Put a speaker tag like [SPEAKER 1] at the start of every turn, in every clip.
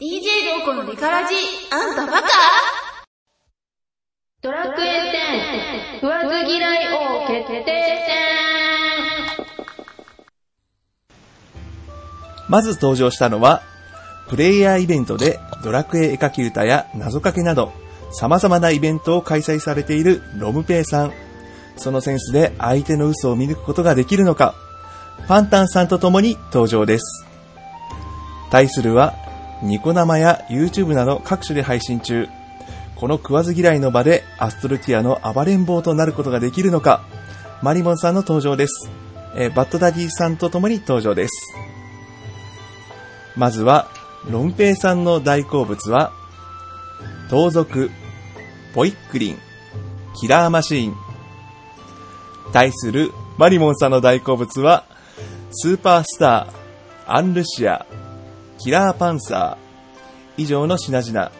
[SPEAKER 1] DJ ゴーコのリカラジ、あんたバカ
[SPEAKER 2] ドラクエ10、食わず嫌い王決定戦
[SPEAKER 3] まず登場したのは、プレイヤーイベントでドラクエ絵描き歌や謎かけなど、様々なイベントを開催されているロムペイさん。そのセンスで相手の嘘を見抜くことができるのか、パンタンさんと共に登場です。対するは、ニコ生や YouTube など各種で配信中。この食わず嫌いの場でアストルティアの暴れん坊となることができるのか、マリモンさんの登場です。えーバッドダディさんと共に登場です。まずは、ロンペイさんの大好物は、盗賊、ポイックリン、キラーマシーン。対する、マリモンさんの大好物は、スーパースター、アンルシア、キラーパンサー、以上の品々。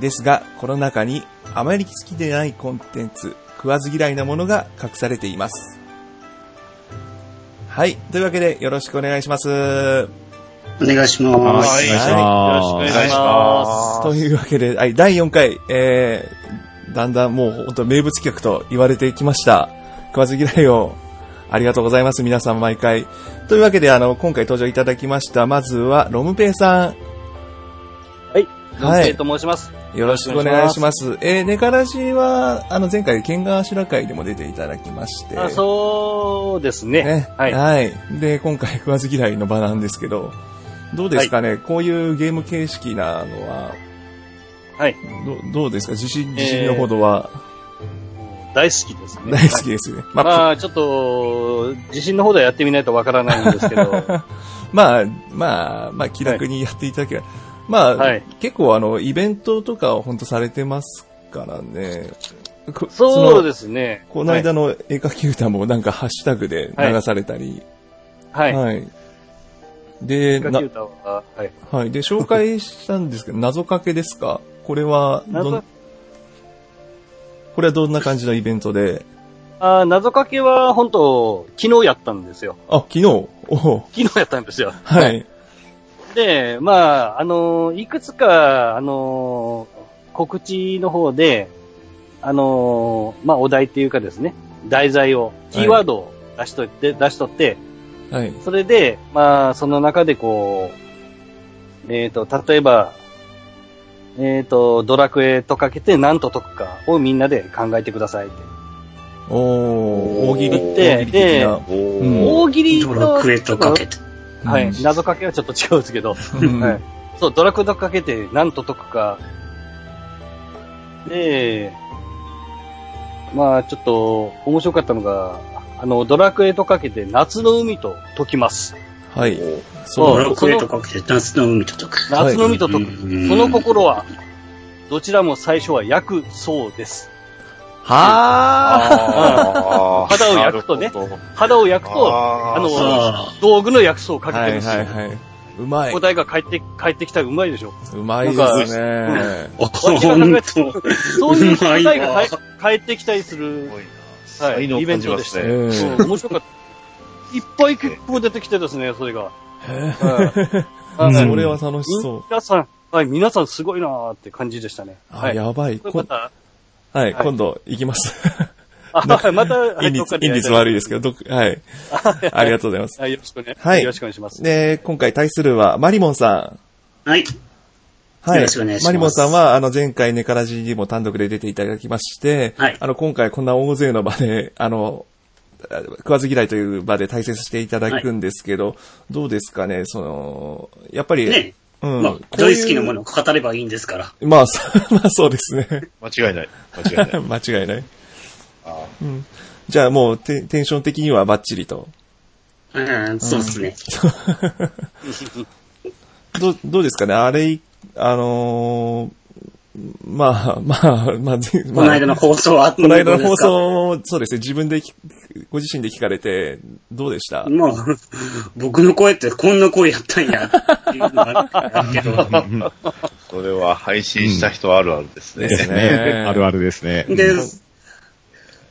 [SPEAKER 3] ですが、この中に、あまり好きでないコンテンツ、食わず嫌いなものが隠されています。はい。というわけで、よろしくお願いします。
[SPEAKER 4] お願いします。
[SPEAKER 3] はい
[SPEAKER 5] よろしくお願いします。
[SPEAKER 3] というわけで、はい、第4回、えー、だんだんもう本当名物企画と言われてきました。食わず嫌いを、ありがとうございます、皆さん毎回。というわけで、あの、今回登場いただきました、まずは、ロムペイさはい
[SPEAKER 5] はい。と申します。
[SPEAKER 3] ん、よろしくお願いします。えー、ネカラジは、あの、前回、ケンガーシュラ会でも出ていただきまして。
[SPEAKER 5] あそうですね。
[SPEAKER 3] ね。
[SPEAKER 5] はい
[SPEAKER 3] で、今回、食わず嫌いの場なんですけど、どうですかね、こういうゲーム形式なのは、
[SPEAKER 5] はい。
[SPEAKER 3] どどうですか自信、自信のほどは、
[SPEAKER 5] 大好きですね。
[SPEAKER 3] 大好
[SPEAKER 5] はい
[SPEAKER 3] きですね。まあ、
[SPEAKER 5] まあ、ちょっと、自信の方ではやってみないとわからないんですけど。
[SPEAKER 3] まあ、まあ、まあ、気楽にやっていただければ。まあ、
[SPEAKER 5] はい。
[SPEAKER 3] 結構あの、イベントとかを本当されてますからね。こ
[SPEAKER 5] そう
[SPEAKER 3] す。
[SPEAKER 5] ですね。
[SPEAKER 3] この間の絵描き歌もなんかハッシュタグで流されたり。
[SPEAKER 5] は。
[SPEAKER 3] はいい。
[SPEAKER 5] はい。
[SPEAKER 3] で、
[SPEAKER 5] 楽
[SPEAKER 3] な
[SPEAKER 5] 器、歌は、はい。
[SPEAKER 3] はい。で、紹介したんですけど、謎かけですかこれはど
[SPEAKER 5] 謎
[SPEAKER 3] ん、これはどんな感じのイベントで、
[SPEAKER 5] あ謎かけは、本当昨日やったんですよ。
[SPEAKER 3] あ、昨日おう
[SPEAKER 5] 昨日やったんですよ。
[SPEAKER 3] はい。
[SPEAKER 5] で、まあ、あの、いくつか、あの、告知の方で、あの、まあ、お題っていうかですね、題材を、キーワードを出しとって、出しとって、
[SPEAKER 3] はい。
[SPEAKER 5] それで、まあ、その中でこう、えっ、と、例えば、えっ、と、ドラクエとかけて何と解くかをみんなで考えてくださいって。
[SPEAKER 3] おー、大喜利、
[SPEAKER 5] 言って
[SPEAKER 3] 大喜利的な。うん
[SPEAKER 5] 大喜利
[SPEAKER 4] ドラ
[SPEAKER 5] の、
[SPEAKER 4] クエとかけて。
[SPEAKER 5] は
[SPEAKER 3] う
[SPEAKER 5] い、
[SPEAKER 3] ん
[SPEAKER 5] 謎かけはちょっと違うんですけど、
[SPEAKER 3] うん
[SPEAKER 5] はい。そう、ドラクエとかけて何と解くか。で、まあちょっと面白かったのが、あの、ドラクエとかけて夏の海と解きます。
[SPEAKER 3] はい。
[SPEAKER 4] ド
[SPEAKER 3] そう。
[SPEAKER 4] ラクエとかけて、夏の海と解く。
[SPEAKER 5] 夏の海と解く。
[SPEAKER 4] そ
[SPEAKER 5] その心は、どちらも最初は焼くそうです。
[SPEAKER 3] は
[SPEAKER 6] あー
[SPEAKER 5] 肌を焼くとね。肌を焼くと、
[SPEAKER 6] あ
[SPEAKER 5] あの
[SPEAKER 4] あ
[SPEAKER 5] 道具の薬草を
[SPEAKER 3] ー
[SPEAKER 5] かけ
[SPEAKER 3] は
[SPEAKER 5] てるん
[SPEAKER 3] い
[SPEAKER 5] ですよ。
[SPEAKER 3] はいはい。うまい。
[SPEAKER 5] 答えが返って、返ってきたらうまいでしょ。
[SPEAKER 3] うまいですね。
[SPEAKER 4] あ、
[SPEAKER 5] 私が考えて
[SPEAKER 4] ほんと
[SPEAKER 5] そういう答え
[SPEAKER 4] う
[SPEAKER 5] が
[SPEAKER 4] まい
[SPEAKER 5] 返返ってきたりする
[SPEAKER 6] はい、才能を感じます
[SPEAKER 3] え
[SPEAKER 6] ね。
[SPEAKER 5] う
[SPEAKER 3] ー
[SPEAKER 5] ん面白かった。いっぱい結構出てきてですね、それ
[SPEAKER 3] う
[SPEAKER 5] が。は
[SPEAKER 3] ん
[SPEAKER 5] い
[SPEAKER 3] それは楽しそう。
[SPEAKER 5] 皆さん、はい、皆さんすごいなーって感じでしたね。は
[SPEAKER 3] あ、
[SPEAKER 5] い。
[SPEAKER 3] やばい。
[SPEAKER 5] これ
[SPEAKER 3] こ
[SPEAKER 5] また、
[SPEAKER 3] はい、
[SPEAKER 5] はい
[SPEAKER 3] 今度行きます。
[SPEAKER 5] あ、また、はい
[SPEAKER 3] インデ
[SPEAKER 5] ど
[SPEAKER 3] ィ
[SPEAKER 5] っか
[SPEAKER 3] ス、
[SPEAKER 5] で
[SPEAKER 3] インディ
[SPEAKER 5] やり
[SPEAKER 3] ス
[SPEAKER 5] た
[SPEAKER 3] 悪いですけど、どっはい。ありがとうございます。
[SPEAKER 5] はい、よろしくね。
[SPEAKER 3] はい
[SPEAKER 5] よろしくお願いします。
[SPEAKER 3] で、今回対するは、マリモンさん。
[SPEAKER 4] はい。
[SPEAKER 3] はい。
[SPEAKER 4] よろしくお願いします
[SPEAKER 3] マリモンさんは、あの、前回ネカラジにも単独で出ていただきまして、
[SPEAKER 4] はい
[SPEAKER 3] あの、今回こんな大勢の場で、あの、あ食わず嫌いという場で対戦していただくんですけど、どうですかね、その、やっぱり、
[SPEAKER 4] ね。
[SPEAKER 3] うん
[SPEAKER 4] まあ、
[SPEAKER 3] こうい
[SPEAKER 4] 大
[SPEAKER 3] う
[SPEAKER 4] 好きなものを語ればいいんですから。
[SPEAKER 3] まあ、そまあ そうですね。
[SPEAKER 6] 間違いない。間 違いない。
[SPEAKER 3] 間違いない。
[SPEAKER 6] あ
[SPEAKER 3] うん。じゃあもうテ、テンション的にはバッチリと。
[SPEAKER 4] うん、そうですね。
[SPEAKER 3] どう、どうですかねあれ、あのーまあ、 まあ、まあ、ぜま
[SPEAKER 4] こ
[SPEAKER 3] あ
[SPEAKER 4] の間の放送は、こ
[SPEAKER 3] この間の放。送を、そうですね、自分で聞、ご自身で聞かれて、どうでした
[SPEAKER 4] もう、僕の声ってこんな声やったんや、っていうのがあるけど。
[SPEAKER 6] ーそれ は配信した人あるあるですね。
[SPEAKER 3] ですね。
[SPEAKER 7] あるあるですね。
[SPEAKER 4] で、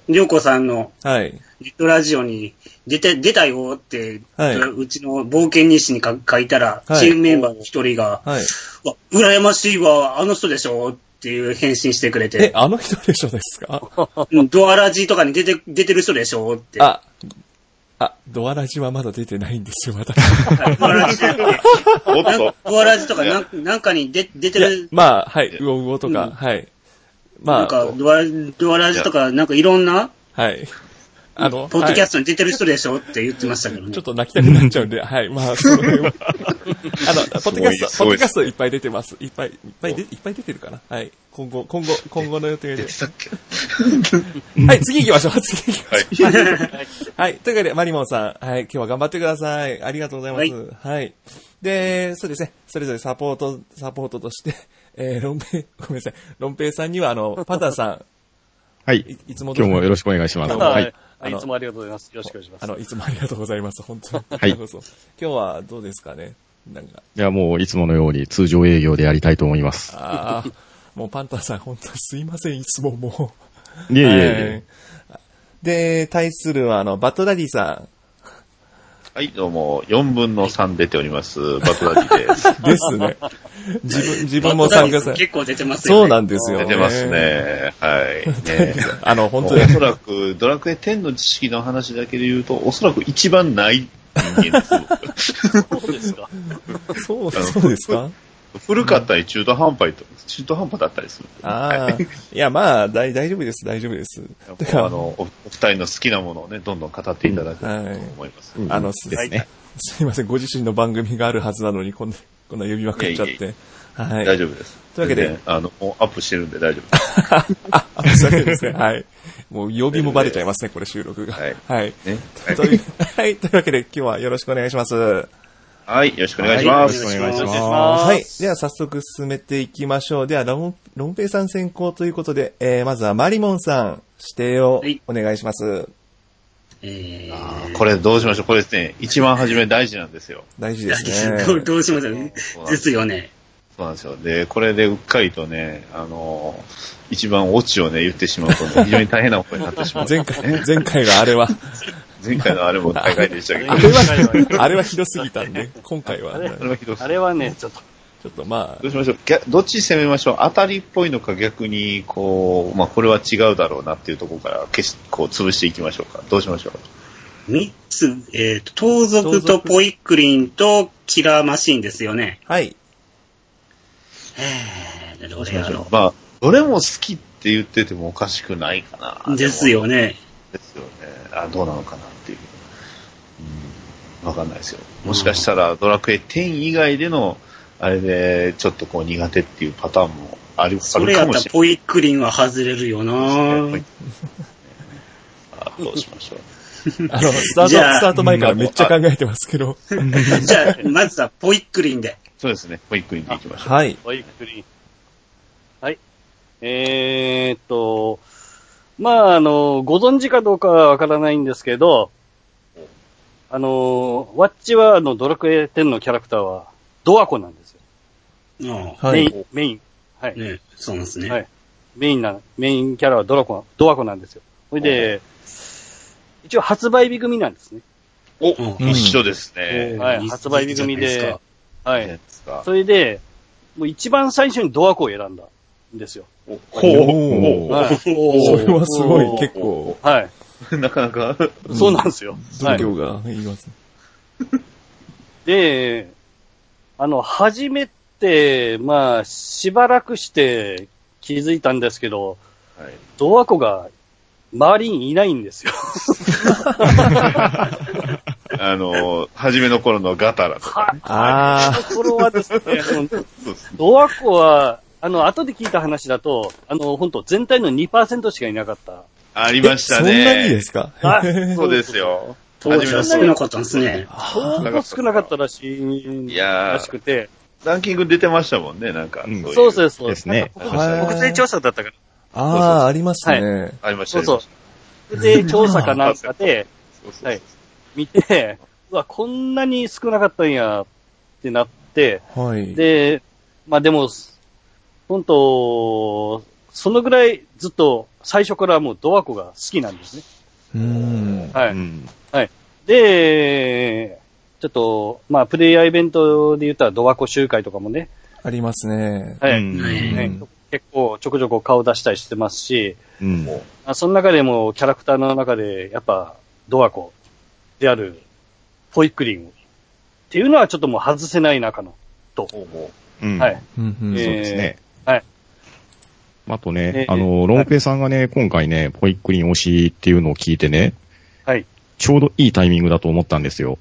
[SPEAKER 4] りょうこさんの
[SPEAKER 3] はい。
[SPEAKER 4] ネットラジオに出て、出たよって、
[SPEAKER 3] はいう
[SPEAKER 4] ちの冒険日誌にか書いたら、
[SPEAKER 3] はい
[SPEAKER 4] チームメンバーの一人が、
[SPEAKER 3] はい。
[SPEAKER 4] わ羨ましいわ、あの人でしょっていう返信してくれ
[SPEAKER 3] え
[SPEAKER 4] て、、
[SPEAKER 3] あの人でしょですか
[SPEAKER 4] うんドアラジとかに出て、出てる人でしょって。
[SPEAKER 3] あ、あ、ドアラジはまだ出てないんですよ、まだ。
[SPEAKER 4] ドアラジじゃな くて
[SPEAKER 6] おっ
[SPEAKER 4] なん
[SPEAKER 6] と。
[SPEAKER 4] ドアラジとかなんなんかに出出て
[SPEAKER 3] いや
[SPEAKER 4] る、
[SPEAKER 3] まあ、はい、うおうおとか、はい。
[SPEAKER 4] なん
[SPEAKER 3] ま
[SPEAKER 4] か
[SPEAKER 3] あ、
[SPEAKER 4] ドア、ドアラジとかなんかいろんな、
[SPEAKER 3] はい。あの、
[SPEAKER 4] ポッドキャ
[SPEAKER 3] ス
[SPEAKER 4] ストに出てる人でしょって言ってましたけどね。
[SPEAKER 3] ちょっと泣きたくなっちゃうん で、はい、まあ、その辺は。あの、ポッドキャスト、
[SPEAKER 6] す
[SPEAKER 3] ポッ
[SPEAKER 6] ご
[SPEAKER 3] ド
[SPEAKER 6] いです
[SPEAKER 3] キャストいっぱい出てます。いっぱい、いっぱい出、いっぱい出てるかな。はい。今後、 今後、今後の予定で。
[SPEAKER 6] さっき。
[SPEAKER 3] はい、次行きましょう、次行きましょう。
[SPEAKER 6] はい。
[SPEAKER 3] はい。というわけで、マリモンさん、はい、今日は頑張ってください。ありがとうございます。はい。で、そうですね、それぞれサポート、サポートとして、えー、ロンペイ、ごめんなさい、ロンペイさんには、あ の、パターさ
[SPEAKER 7] は
[SPEAKER 3] ん、
[SPEAKER 7] い。
[SPEAKER 3] い
[SPEAKER 7] 今
[SPEAKER 3] いつも通
[SPEAKER 7] 日
[SPEAKER 3] り
[SPEAKER 7] もよろしくお願いします。
[SPEAKER 3] あ
[SPEAKER 7] は
[SPEAKER 5] はいい。。
[SPEAKER 3] あの
[SPEAKER 5] いつもありがとうございます。よろしくお願いします。
[SPEAKER 3] あの、いつもありがとうございます、本当に。
[SPEAKER 7] はい
[SPEAKER 3] こそ今日はどうですかねなんか、
[SPEAKER 7] いや、もういつものように通常営業でやりたいと思います。
[SPEAKER 3] あ あ、もうパンタさん、本当にすいません、いつもも。
[SPEAKER 7] いうえいえい
[SPEAKER 3] は
[SPEAKER 7] え
[SPEAKER 3] い。で、対するは、あの、バットダディさ
[SPEAKER 6] はい、どうも、4分の3出ております、バトラジ です。
[SPEAKER 3] んですね。自分、自分も
[SPEAKER 4] ドアラ
[SPEAKER 3] 参
[SPEAKER 4] ジ
[SPEAKER 3] 加さ
[SPEAKER 4] 結構出てますよね。
[SPEAKER 3] そうなんですよ、
[SPEAKER 6] 出てます。ね。はい。ね
[SPEAKER 3] あの、本当
[SPEAKER 6] もう
[SPEAKER 3] に
[SPEAKER 6] お。そらく、ドラクエ10の知識の話だけで言うと、おそらく一番ない人間です僕。
[SPEAKER 5] そうですか。
[SPEAKER 3] そう、そうですか
[SPEAKER 6] 古かったり中途半端と、中途半端だったりする。
[SPEAKER 3] ああ。いや、まあ、大大丈夫です、大丈夫です。
[SPEAKER 6] も
[SPEAKER 3] だ
[SPEAKER 6] う
[SPEAKER 3] から
[SPEAKER 6] あの、おお二人の好きなものをね、どんどん語っていただければと思います。
[SPEAKER 7] うん
[SPEAKER 3] あの、
[SPEAKER 7] ですね。
[SPEAKER 3] すいません、ご自身の番組があるはずなのに、こんな、こんな呼びまくっちゃっ
[SPEAKER 6] いや
[SPEAKER 3] て。はい。
[SPEAKER 6] 大丈夫です。
[SPEAKER 3] というわけで
[SPEAKER 6] 全然あの、もうアップしてるんで大丈夫です。
[SPEAKER 3] あ、そうですね。はい。もう曜日もバレちゃいますね、これ収録が。
[SPEAKER 6] はい
[SPEAKER 3] はい。
[SPEAKER 6] ね
[SPEAKER 3] というはい。というわけで今日はよろしくお願いします。は
[SPEAKER 6] はい、よろしくお願いします。
[SPEAKER 7] はいよろしくお願いしま
[SPEAKER 3] い。では早速進めていきましょう。では、ロン、ロンペイさん先行ということで、えー、まずはマリモンさん、指定を
[SPEAKER 4] はい
[SPEAKER 3] お願いします。
[SPEAKER 4] え
[SPEAKER 6] あーこれどうしましょうこれですね、一番初め大事なんですよ。
[SPEAKER 3] 大事ですね
[SPEAKER 4] ー。どうどうしましょうね
[SPEAKER 6] そうなんで
[SPEAKER 4] ですすよね。
[SPEAKER 6] そうなんですよ。で、これでうっかりとね、あのー一番オチをね、言ってしまうと、ね、非常に大変なことになってしまう。
[SPEAKER 3] 前回、前回があれは、
[SPEAKER 6] 前回のあれも大概でしたけど
[SPEAKER 3] あ、れは、あれはひどすぎたんで、今回は、
[SPEAKER 5] あ
[SPEAKER 6] あれはひどい
[SPEAKER 5] あれはね、ちょっと、
[SPEAKER 3] ちょっとま
[SPEAKER 6] どうしましょう逆どっち攻めましょう当たりっぽいのか逆に、こう、まあ、これは違うだろうなっていうところから、消し、こう、潰していきましょうか。どうしましょう
[SPEAKER 4] 三つ、えっ、と、盗賊とポイクリンとキラーマシーンですよね。
[SPEAKER 3] あ、はい。
[SPEAKER 4] えー、どれ
[SPEAKER 6] どう
[SPEAKER 4] や
[SPEAKER 6] しましょ
[SPEAKER 4] ろ
[SPEAKER 6] うまあ、どれも好きって言っててもおかしくないかな。
[SPEAKER 4] う。です。よね。
[SPEAKER 6] ですよね。あ、どうなのかなっていう。うん。わかんないですよ。もしかしたら、ドラクエ10以外での、あれで、ちょっとこう苦手っていうパターンもある、あ
[SPEAKER 4] それ
[SPEAKER 6] る
[SPEAKER 4] や
[SPEAKER 6] か
[SPEAKER 4] っ
[SPEAKER 6] も
[SPEAKER 4] たら
[SPEAKER 6] しれない。
[SPEAKER 4] ポイクリンは外れるよ な
[SPEAKER 6] あどうしましょう。
[SPEAKER 3] あの、スタート、
[SPEAKER 4] じゃあ
[SPEAKER 3] スタート前からめっちゃ考えてますけど。
[SPEAKER 4] じゃあ、まずはポイクリンで。
[SPEAKER 6] そうですね。保育園で行きましょう。
[SPEAKER 3] はい。
[SPEAKER 5] おゆっくり。はい。えーっと、まあ、あの、ご存知かどうかはわからないんですけど、あの、ワッチは、あの、ドラクエ10のキャラクターは、ドアコなんですよ。
[SPEAKER 4] うん。
[SPEAKER 3] は
[SPEAKER 5] メ
[SPEAKER 3] い。
[SPEAKER 5] イン、メイン。はい。
[SPEAKER 4] ね、そうなんですね。
[SPEAKER 5] はい。メインな、メインキャラはドラコン、ドアコなんですよ。それで、一応発売日組なんですね。
[SPEAKER 6] お、
[SPEAKER 4] うん
[SPEAKER 6] 一緒ですね。
[SPEAKER 5] はい
[SPEAKER 4] いい
[SPEAKER 5] 発売日組
[SPEAKER 4] いいじゃないで
[SPEAKER 5] です
[SPEAKER 4] か、
[SPEAKER 5] は
[SPEAKER 6] じゃない
[SPEAKER 5] い。
[SPEAKER 6] ですか
[SPEAKER 5] それで、もう一番最初にドアコを選んだんですよ。
[SPEAKER 6] ほう
[SPEAKER 7] おー
[SPEAKER 5] はい。
[SPEAKER 3] そ
[SPEAKER 4] お
[SPEAKER 3] れ
[SPEAKER 4] ー
[SPEAKER 3] はすごい、結構、
[SPEAKER 5] はい。
[SPEAKER 6] なかなか、
[SPEAKER 5] そうなんですよ。
[SPEAKER 3] 度
[SPEAKER 5] はい。
[SPEAKER 3] 胸がいりますね。
[SPEAKER 5] で、あの、初めて、まあ、しばらくして気づいたんですけど、
[SPEAKER 6] はい
[SPEAKER 5] ドアコが周りにいないん ですよ。
[SPEAKER 6] あの、初めの頃のガタラとか、
[SPEAKER 5] は
[SPEAKER 6] ね、
[SPEAKER 3] あ
[SPEAKER 5] ところはですね、あの
[SPEAKER 6] そうですね
[SPEAKER 5] ドアコは、あの、後で聞いた話だと、あの、本当全体の2%しかいなかった。
[SPEAKER 6] あり
[SPEAKER 3] ー。
[SPEAKER 6] ました
[SPEAKER 3] そんなにで
[SPEAKER 6] ね。
[SPEAKER 3] すか
[SPEAKER 5] あ
[SPEAKER 6] そうです。よ。
[SPEAKER 4] 当時は
[SPEAKER 6] 初
[SPEAKER 4] 少
[SPEAKER 6] めの
[SPEAKER 4] な
[SPEAKER 6] 頃
[SPEAKER 4] かったんですね。
[SPEAKER 5] 相当少なかったらしい、
[SPEAKER 6] いやー
[SPEAKER 5] らしくて。
[SPEAKER 6] ランキング出てましたもんね、なんか。
[SPEAKER 7] うん
[SPEAKER 6] い
[SPEAKER 5] そうです、そう
[SPEAKER 7] で
[SPEAKER 5] ですす。
[SPEAKER 7] ね。
[SPEAKER 3] はい
[SPEAKER 5] 国税調査だったから。
[SPEAKER 3] ああ、ありますね。
[SPEAKER 6] ありました
[SPEAKER 5] そ
[SPEAKER 6] あ
[SPEAKER 5] う
[SPEAKER 6] り
[SPEAKER 5] そ
[SPEAKER 6] まし。
[SPEAKER 5] う国税調査かなんかで、
[SPEAKER 6] たそうそうそう。
[SPEAKER 5] はい見て、うわ、こんなに少なかったんや、ってなって、
[SPEAKER 3] はい。
[SPEAKER 5] で、まあでも、本当そのぐらいずっと最初からもうドワコが好きなんですね。
[SPEAKER 3] うん。
[SPEAKER 5] は
[SPEAKER 7] う
[SPEAKER 5] い。
[SPEAKER 7] ん
[SPEAKER 5] で、ちょっと、まあ、プレイヤーイベントで言ったらドワコ集会とかもね、
[SPEAKER 3] ありますね。
[SPEAKER 5] はい。
[SPEAKER 7] うん
[SPEAKER 4] はい
[SPEAKER 5] はい結構ちょこちょこ顔出したりしてますし、
[SPEAKER 7] うん
[SPEAKER 5] まあその中でもキャラクターの中で、やっぱ、ドワコである、ポイックリンっていうのはちょっともう外せない中の。
[SPEAKER 7] うん
[SPEAKER 5] はい。
[SPEAKER 3] うんう
[SPEAKER 5] え
[SPEAKER 3] ん。
[SPEAKER 5] ー
[SPEAKER 7] そうですね。
[SPEAKER 5] はい。
[SPEAKER 7] あと
[SPEAKER 5] え
[SPEAKER 7] ね
[SPEAKER 5] え、
[SPEAKER 7] あの、ロンペイさんがね、今回ね、ポイックリン推しっていうのを聞いてね、
[SPEAKER 5] はい。
[SPEAKER 7] ちょうどいいタイミングだと思ったんですよ。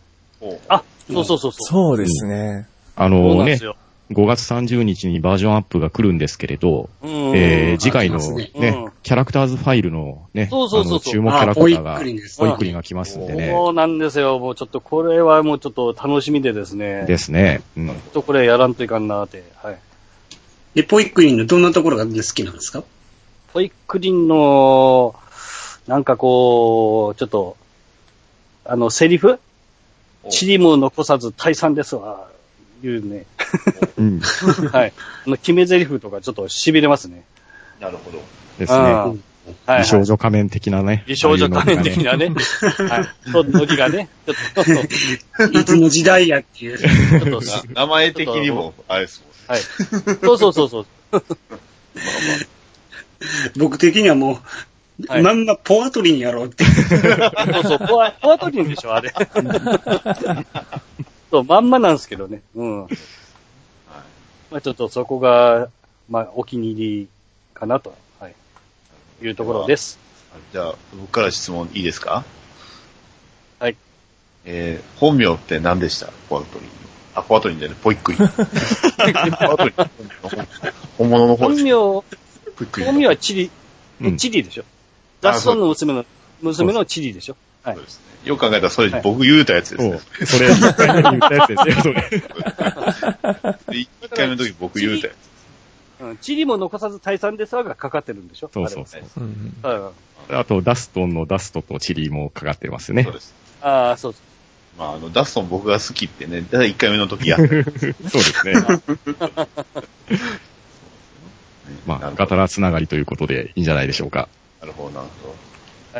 [SPEAKER 5] あ、そうそうそうそう。
[SPEAKER 3] そうですね。
[SPEAKER 7] あ
[SPEAKER 5] そうな
[SPEAKER 7] の
[SPEAKER 5] んで
[SPEAKER 7] ね
[SPEAKER 5] す、よ。
[SPEAKER 7] 5月30日にバージョンアップが来るんですけれど、
[SPEAKER 5] うん
[SPEAKER 7] えー次回の
[SPEAKER 4] あ来ますね
[SPEAKER 7] ね
[SPEAKER 5] うん、
[SPEAKER 7] キャラクターズファイルのね、
[SPEAKER 5] そうそうそうそう
[SPEAKER 7] あの注目キャラクター
[SPEAKER 4] あ
[SPEAKER 7] が
[SPEAKER 4] ポイックリンです、
[SPEAKER 7] ポイックリンが来ますんでね、
[SPEAKER 5] そうなんですよ。もうちょっとこれはもうちょっと楽しみでですね。
[SPEAKER 7] で
[SPEAKER 5] ち
[SPEAKER 7] すね。うん。
[SPEAKER 5] ょっとこれやらんといかんなーって。はい。
[SPEAKER 4] で、ポイックリンのどんなところが好きなんですか
[SPEAKER 5] ポイックリンの、なんかこう、ちょっと、あの、セリフ地にも残さず退散ですわ。いうね。
[SPEAKER 7] うん。
[SPEAKER 5] はい。あの、決め台詞とかちょっと痺れますね。
[SPEAKER 6] なるほど。
[SPEAKER 7] です
[SPEAKER 5] あ
[SPEAKER 7] ね。
[SPEAKER 5] ーはい、
[SPEAKER 7] 美
[SPEAKER 5] はい
[SPEAKER 7] 少。女仮面的なね。
[SPEAKER 5] 美少女仮面的
[SPEAKER 7] ああいうのがね。
[SPEAKER 5] な ね。はい。と、ノリがね、ちょっと、ちょっ
[SPEAKER 4] いつの時代やっていう。
[SPEAKER 5] と、ちょっと、
[SPEAKER 6] な名前的にも、あれですもんね。
[SPEAKER 5] はい。そうそうそうそう。
[SPEAKER 4] 僕的にはもう、
[SPEAKER 5] はい
[SPEAKER 4] まんまポアトリンやろうって。
[SPEAKER 5] そうそう、ポア、ポアトリンでしょ、あ れ。そう、まんまなんですけどね。うん。まあちょっとそこが、まあお気に入りかなと、はい。いうところです。
[SPEAKER 6] じゃあ、僕から質問いいですか
[SPEAKER 5] はい。
[SPEAKER 6] えー、本名って何でしたコアトリン。あ、コアトリンじゃない、ポイッ クリン。コアトリン。本物の方
[SPEAKER 5] 本
[SPEAKER 6] です。
[SPEAKER 5] 名、
[SPEAKER 6] ポイックリン。
[SPEAKER 5] 本名はチリ、え
[SPEAKER 7] うん
[SPEAKER 5] チリでしょ。
[SPEAKER 6] あ
[SPEAKER 5] 雑草の娘の、娘のチリでしょ。はい
[SPEAKER 6] そう。ですね。よく考えたら、それ僕言うたやつですね。
[SPEAKER 7] そう。それ、一回目に言ったやつですよ、それ。
[SPEAKER 6] で一回目の時僕言うたやつ。
[SPEAKER 5] うんチリも残さず退散ですわがかかってるんでしょ。
[SPEAKER 7] そうそうそう。
[SPEAKER 3] うん
[SPEAKER 5] あれは。うん
[SPEAKER 7] あと、ダストンのダストとチリもかかってます
[SPEAKER 6] そう
[SPEAKER 7] ね。
[SPEAKER 6] です。
[SPEAKER 5] ああ、そうそう。
[SPEAKER 6] まあ、あの、ダストン僕が好きってね、第一回目の時やっ て
[SPEAKER 7] そうですね。まあ、ガタラつながりということでいいんじゃないでしょうか。
[SPEAKER 6] なるほど、なるほど。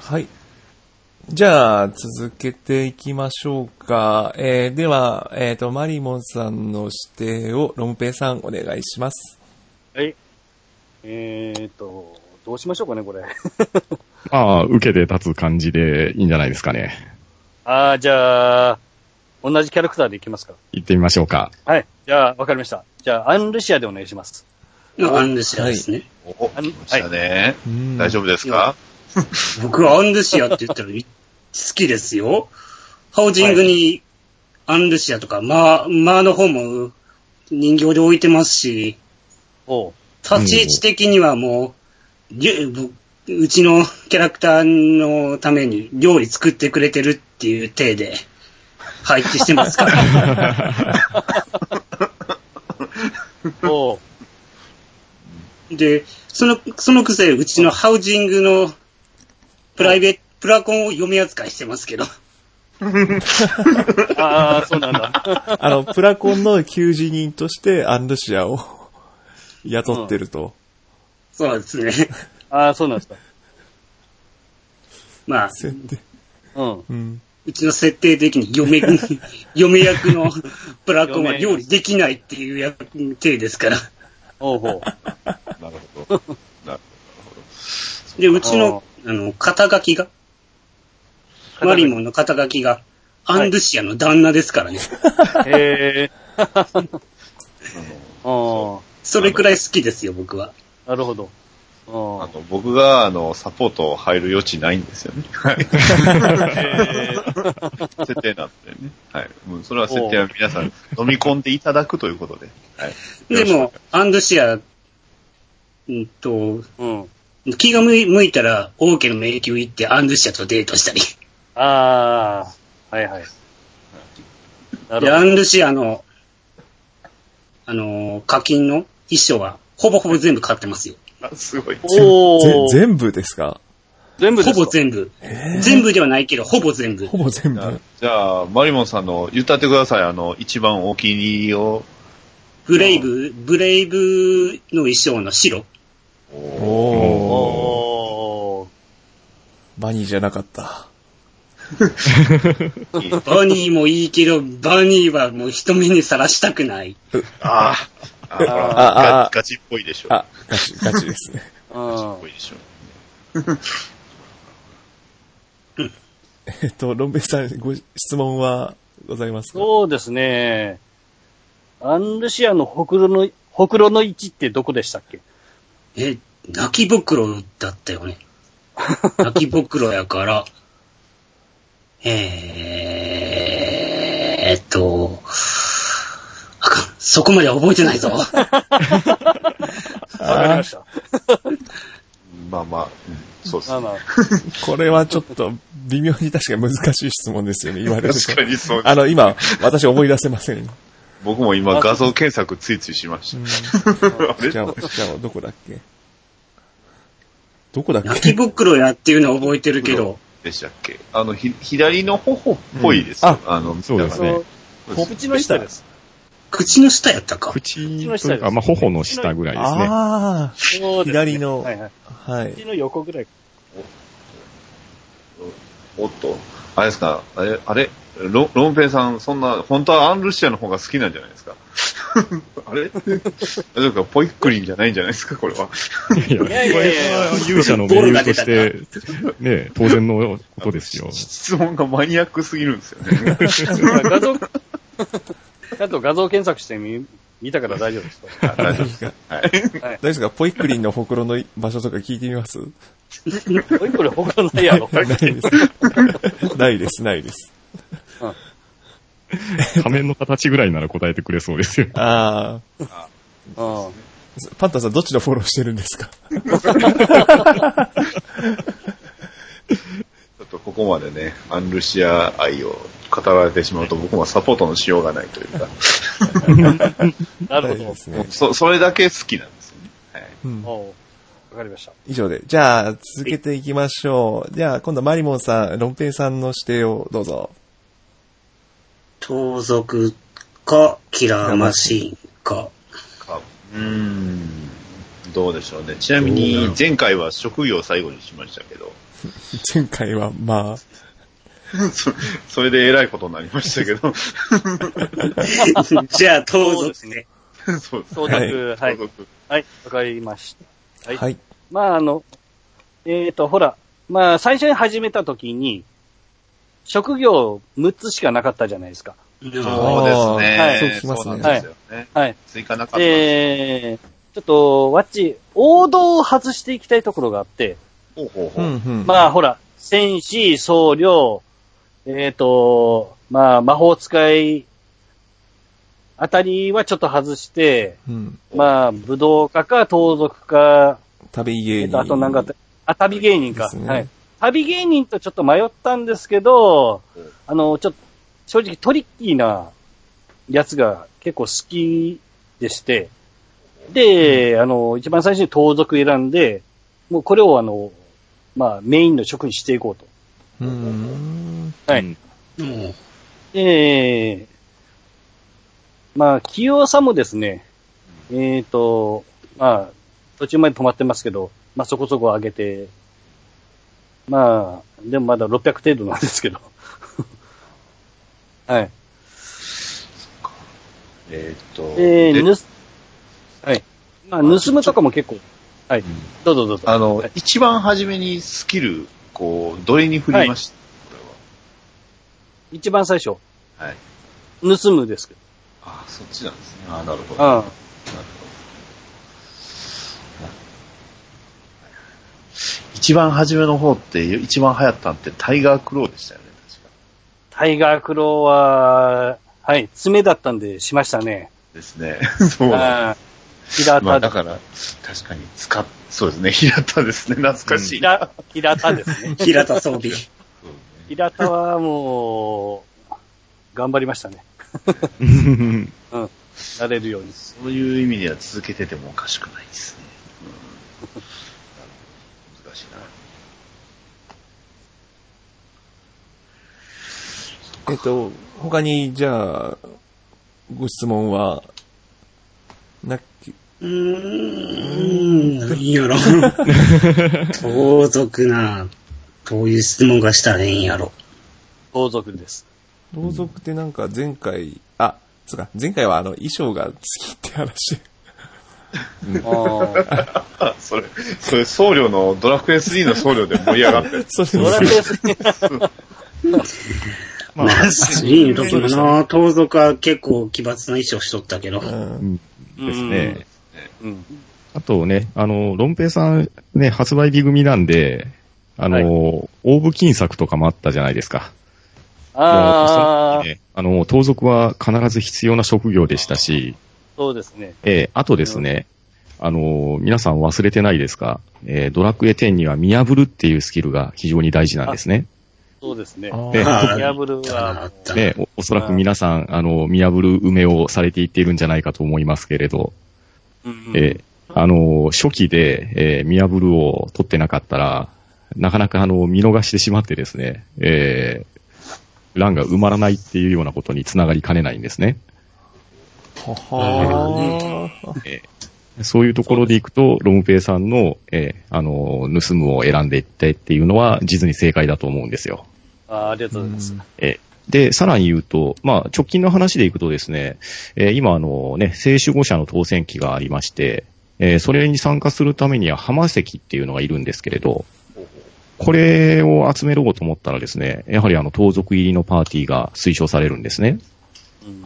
[SPEAKER 3] はい。じゃあ、続けていきましょうか。えー、では、えっ、と、マリモンさんの指定をロムペイさんお願いします。
[SPEAKER 5] はい。えーっと、どうしましょうかね、これ。
[SPEAKER 7] まあ、受けて立つ感じでいいんじゃないですかね。
[SPEAKER 5] ああ、じゃあ、同じキャラクターでいきますか。
[SPEAKER 7] 行ってみましょうか。
[SPEAKER 5] はい。じゃあ、わかりました。じゃあ、アンルシアでお願いします。
[SPEAKER 4] アンデシアですね。
[SPEAKER 6] お、来ましたね。
[SPEAKER 3] うん
[SPEAKER 6] 大丈夫ですか
[SPEAKER 4] 僕はアンデシアって言ったら好きですよ。ハウジングにアンデシアとか、まあ、まあの方も人形で置いてますし、
[SPEAKER 5] おう。
[SPEAKER 4] 立ち位置的にはもう、りゅぶうちのキャラクターのために料理作ってくれてるっていう体で配置してますから。
[SPEAKER 5] おう。
[SPEAKER 4] で、その、そのくせ、うちのハウジングのプライベート、プラコンを嫁扱いしてますけど。
[SPEAKER 5] ああ、そうなん だ。
[SPEAKER 3] あの、プラコンの求人人として アンルシアを雇ってると。
[SPEAKER 4] そうですね。
[SPEAKER 5] ああ、そうなんですか。
[SPEAKER 4] まあ、
[SPEAKER 3] 設定。
[SPEAKER 5] うん。
[SPEAKER 3] うん。
[SPEAKER 4] うちの設定的に嫁、 嫁役のプラコンは料理できないっていう役体ですから。
[SPEAKER 5] おうほう。
[SPEAKER 6] なるほど。なるほど。
[SPEAKER 4] で、うちの、あの、肩書きが、マリモンの肩書きが、アンドゥシアの旦那ですからね。
[SPEAKER 5] へえ。
[SPEAKER 6] あの
[SPEAKER 5] あ
[SPEAKER 4] それくらい好きですよ、僕は。
[SPEAKER 5] あ、なるほど。あ
[SPEAKER 6] あの、僕が、あの、サポート入る余地ないんですよね。はい。設定なんでね。はい。もうそれは設定は皆さん飲み込んでいただくということで。はい。
[SPEAKER 4] でも、アンドゥシア、うんと、
[SPEAKER 5] あ。うん。
[SPEAKER 4] 気が向い向いたら、王家の迷宮行ってアンドゥシアとデートしたり。
[SPEAKER 5] ああ、はいはい。な
[SPEAKER 4] で、
[SPEAKER 5] るほ
[SPEAKER 4] ア
[SPEAKER 5] ど。
[SPEAKER 4] ンドゥシアの、あの、課金の衣装は、ほぼほぼ全部買ってますよ。
[SPEAKER 6] あすごい。
[SPEAKER 5] お
[SPEAKER 3] ぜ
[SPEAKER 5] お。
[SPEAKER 3] 全部ですか
[SPEAKER 5] 全部で
[SPEAKER 4] ほ
[SPEAKER 5] すか
[SPEAKER 4] ぼ全部。全部ではないけど、ほぼ全部。
[SPEAKER 3] ほぼ全部。
[SPEAKER 6] じゃあ、マリモンさんの言ったってください。あの、一番お気に入りを。
[SPEAKER 4] ブレイブ、ブレイブの衣装の白。
[SPEAKER 3] おー。
[SPEAKER 5] おー。
[SPEAKER 3] バニーじゃなかった。
[SPEAKER 4] バニーもいいけど、バニーはもう人目にさらしたくない。
[SPEAKER 6] あーあー、ほら
[SPEAKER 3] ああ
[SPEAKER 6] ガガチっぽいでしょ。ガ
[SPEAKER 3] あ、ガチ、ガチですね。
[SPEAKER 6] チっ
[SPEAKER 5] う
[SPEAKER 6] ぽいでしょ。
[SPEAKER 3] えっと、ロンベイさん、ご質問はございます
[SPEAKER 5] ん、
[SPEAKER 3] か
[SPEAKER 5] そうですね。アンルシアのほくろの、ほくろの位置ってどこでしたっけ
[SPEAKER 4] え、泣き袋だったよね。泣き袋やから、えーっと、あかん、そこまでは覚えてないぞ。
[SPEAKER 5] わかりました。
[SPEAKER 6] まあまあ、うんそうです
[SPEAKER 5] まあ
[SPEAKER 6] ね。
[SPEAKER 5] まあ。
[SPEAKER 3] これはちょっと微妙に確かに難しい質問ですよね、言われると。
[SPEAKER 6] 確かにそうです
[SPEAKER 3] あの、今、私思い出せません。
[SPEAKER 6] 僕も今画像検索ついついしまし
[SPEAKER 3] うん
[SPEAKER 6] あれ
[SPEAKER 3] じゃあ、じゃあ、どこだっけどこだっ
[SPEAKER 4] 泣
[SPEAKER 3] け
[SPEAKER 4] き袋やっていうのは覚えてるけど、
[SPEAKER 6] た。でしたっけあの、ひ左の頬っぽいですよ。
[SPEAKER 3] うん
[SPEAKER 6] あの、
[SPEAKER 7] そうで
[SPEAKER 6] だか
[SPEAKER 7] すね
[SPEAKER 5] そ
[SPEAKER 6] ら
[SPEAKER 5] う、
[SPEAKER 6] そうです
[SPEAKER 5] 口の下です。
[SPEAKER 4] 口の下やったか。
[SPEAKER 7] 口というか、まあ、頬の下ぐらいですね。
[SPEAKER 3] あ
[SPEAKER 5] そうですね
[SPEAKER 3] 左の
[SPEAKER 5] はいはい。
[SPEAKER 3] あ、はい。
[SPEAKER 5] 口の横ぐらい。
[SPEAKER 6] おっと、あれですか、あれ、あれロロンペイさん、そんな、本当はアンルシアの方が好きなんじゃないですか あれ大丈夫かポイックリンじゃないんじゃないですかこれは。
[SPEAKER 7] いや、こ
[SPEAKER 5] やいやいや
[SPEAKER 7] れは勇者の名誉として、ね、当然のことですよ。
[SPEAKER 6] 質問がマニアックすぎるんですよね。
[SPEAKER 5] 画像、 あと画像検索してみ、見たから大丈夫です。
[SPEAKER 6] あ大丈夫ですかはい。
[SPEAKER 3] 大丈夫ですかポイクリンのほくろの場所とか聞いてみます
[SPEAKER 5] おいこれ他ないやろ。
[SPEAKER 3] ないです。ないです、ないです。
[SPEAKER 7] 仮面の形ぐらいなら答えてくれそうですよ。
[SPEAKER 3] ああ、
[SPEAKER 5] うん
[SPEAKER 3] パンタさんどっちのフォローしてるんですか
[SPEAKER 6] ちょっとここまでね、アンルシア愛を語られてしまうと僕もサポートのしようがないというか、
[SPEAKER 5] な
[SPEAKER 3] 大
[SPEAKER 5] る
[SPEAKER 3] 丈夫
[SPEAKER 5] ほ
[SPEAKER 3] です
[SPEAKER 6] もう
[SPEAKER 3] ね。
[SPEAKER 6] そそれだけ好きなんですよね。はい
[SPEAKER 3] うん
[SPEAKER 5] ど。おうわかりました。
[SPEAKER 3] 以上で。じゃあ、続けていきましょう。じゃあ、今度マリモンさん、ロンペイさんの指定をどうぞ。
[SPEAKER 4] 盗賊か、キラーマシーンか。
[SPEAKER 6] かうーん、どうでしょうね。ちなみに前回は職業を最後にしましたけど、
[SPEAKER 3] 前回は、まあ、
[SPEAKER 6] そそれでえらいことになりましたけど、
[SPEAKER 4] じゃあ、盗賊ね。
[SPEAKER 6] そうです
[SPEAKER 5] 到着、はい。
[SPEAKER 6] 盗
[SPEAKER 5] はい、わかりました。はい。
[SPEAKER 3] はい。
[SPEAKER 5] まあ、あの、えっ、と、ほら、まあ、最初に始めた時に、職業6つしかなかったじゃないですか。
[SPEAKER 4] うん
[SPEAKER 6] そうですね。
[SPEAKER 5] はい
[SPEAKER 3] そう聞きますね
[SPEAKER 6] そうなんですよね。
[SPEAKER 5] はい。
[SPEAKER 6] 追加なかったんです。
[SPEAKER 5] えー、ちょっと、わっち、王道を外していきたいところがあって、
[SPEAKER 6] ほうほう
[SPEAKER 3] う
[SPEAKER 6] ほう。
[SPEAKER 3] ん、うん。
[SPEAKER 5] まあ、ほら、戦士、僧侶、えっ、と、まあ、魔法使い、あたりはちょっと外して、
[SPEAKER 3] うん。
[SPEAKER 5] まあ、武道家か、盗賊か、
[SPEAKER 3] 旅
[SPEAKER 5] え
[SPEAKER 3] 芸
[SPEAKER 5] っ、
[SPEAKER 3] 人。
[SPEAKER 5] と、あと何かあった、あ、旅芸人
[SPEAKER 3] で
[SPEAKER 5] か。
[SPEAKER 3] すね
[SPEAKER 5] はい。旅芸人とちょっと迷ったんですけど
[SPEAKER 6] うん、
[SPEAKER 5] あの、ちょっと、正直トリッキーなやつが結構好きでして、で、あの、一番最初に盗賊選んで、もうこれをあの、まあ、メインの職にしていこうと。
[SPEAKER 3] うーん。
[SPEAKER 5] はい
[SPEAKER 7] うん
[SPEAKER 4] うん
[SPEAKER 5] で、まあ、器用さもですね、えっ、と、まあ、途中まで止まってますけど、まあそこそこ上げて、まあ、でもまだ600程度なんですけど。 はい。
[SPEAKER 6] えーっと、
[SPEAKER 5] で、
[SPEAKER 6] で
[SPEAKER 5] ぬす、はい。まあ、盗むとかも結構、はい。どうぞどうぞ。
[SPEAKER 6] あの、
[SPEAKER 5] はい
[SPEAKER 6] 一番初めにスキル、こう、どれに振りました、
[SPEAKER 5] 一番最初、
[SPEAKER 6] これは。はい。
[SPEAKER 5] 盗むですけど。
[SPEAKER 6] あ、そっちなんですね。あ、なるほど。なるほ
[SPEAKER 5] あ
[SPEAKER 6] ど。一番初めの方って、一番流行ったんってタイガークローでしたよね、確か。
[SPEAKER 5] タイガークローは、はい、爪だったんでしましたね。
[SPEAKER 6] ですね。 そうなんです
[SPEAKER 5] ああ平
[SPEAKER 6] まあ、
[SPEAKER 5] 田で
[SPEAKER 6] だから、確かに使っ、そうですね、平田ですね、懐かしい。
[SPEAKER 5] 平、平田です ね。
[SPEAKER 4] 平田装備。
[SPEAKER 5] 平田はもう、頑張りましたね。なれるように。
[SPEAKER 6] そういう意味では続けててもおかしくないですね。うん、難しいな。
[SPEAKER 3] えっと、他に、じゃあ、ご質問は、なき、
[SPEAKER 4] うーん、何やろ。盗賊な、どういう質問がしたらええんやろ。
[SPEAKER 5] 盗賊です。
[SPEAKER 3] 同族ってなんか前回、あ、つうか、前回はあの衣装が好きって話。。
[SPEAKER 6] あそれ、それ僧侶の、ドラクエ3の僧侶で盛り上がってる
[SPEAKER 3] それ
[SPEAKER 5] ドラ
[SPEAKER 3] は
[SPEAKER 5] クエ3、
[SPEAKER 4] まあ、いい時もな、盗賊は結構奇抜な衣装しとったけど。
[SPEAKER 3] うん
[SPEAKER 7] うんですね。
[SPEAKER 5] うん、
[SPEAKER 7] あとね、あの、ロンペイさん、ね、発売日組なんで、あの、
[SPEAKER 5] はい
[SPEAKER 7] オーブ金作とかもあったじゃないですか。も
[SPEAKER 5] あ
[SPEAKER 7] うその時
[SPEAKER 5] あ、
[SPEAKER 7] ねあの、盗賊は必ず必要な職業でしたし、
[SPEAKER 5] そうですね。
[SPEAKER 7] えーあとですね、あの、皆さん忘れてないですか、えードラクエ10には見破るっていうスキルが非常に大事なんですね。
[SPEAKER 5] そうですね。
[SPEAKER 3] あ
[SPEAKER 7] ね
[SPEAKER 3] ー
[SPEAKER 4] あ
[SPEAKER 5] ギャブル
[SPEAKER 4] あったな、あ
[SPEAKER 5] は
[SPEAKER 4] っ、たな。
[SPEAKER 7] ね、おおそらく皆さん、あの、見破る埋めをされていっているんじゃないかと思いますけれど、
[SPEAKER 5] うん
[SPEAKER 7] えーあの、初期で、えー、ミヤブルを取ってなかったら、なかなかあの、見逃してしまってですね、えー、欄が埋まらないっていうようなことにつながりかねないんですね。
[SPEAKER 3] ははー
[SPEAKER 7] そういうところでいくと、ロムペイさんの、えー、あの、盗むを選んでいってっていうのは、実に正解だと思うんですよ。
[SPEAKER 5] あーありがとうございます。
[SPEAKER 7] えーで、さらに言うと、まあ、直近の話でいくとですね、えー今、あのね、聖守護者の当選期がありまして、えーそれに参加するためには浜石っていうのがいるんですけれど、これを集めろうと思ったらですね、やはりあの、盗賊入りのパーティーが推奨されるんですね。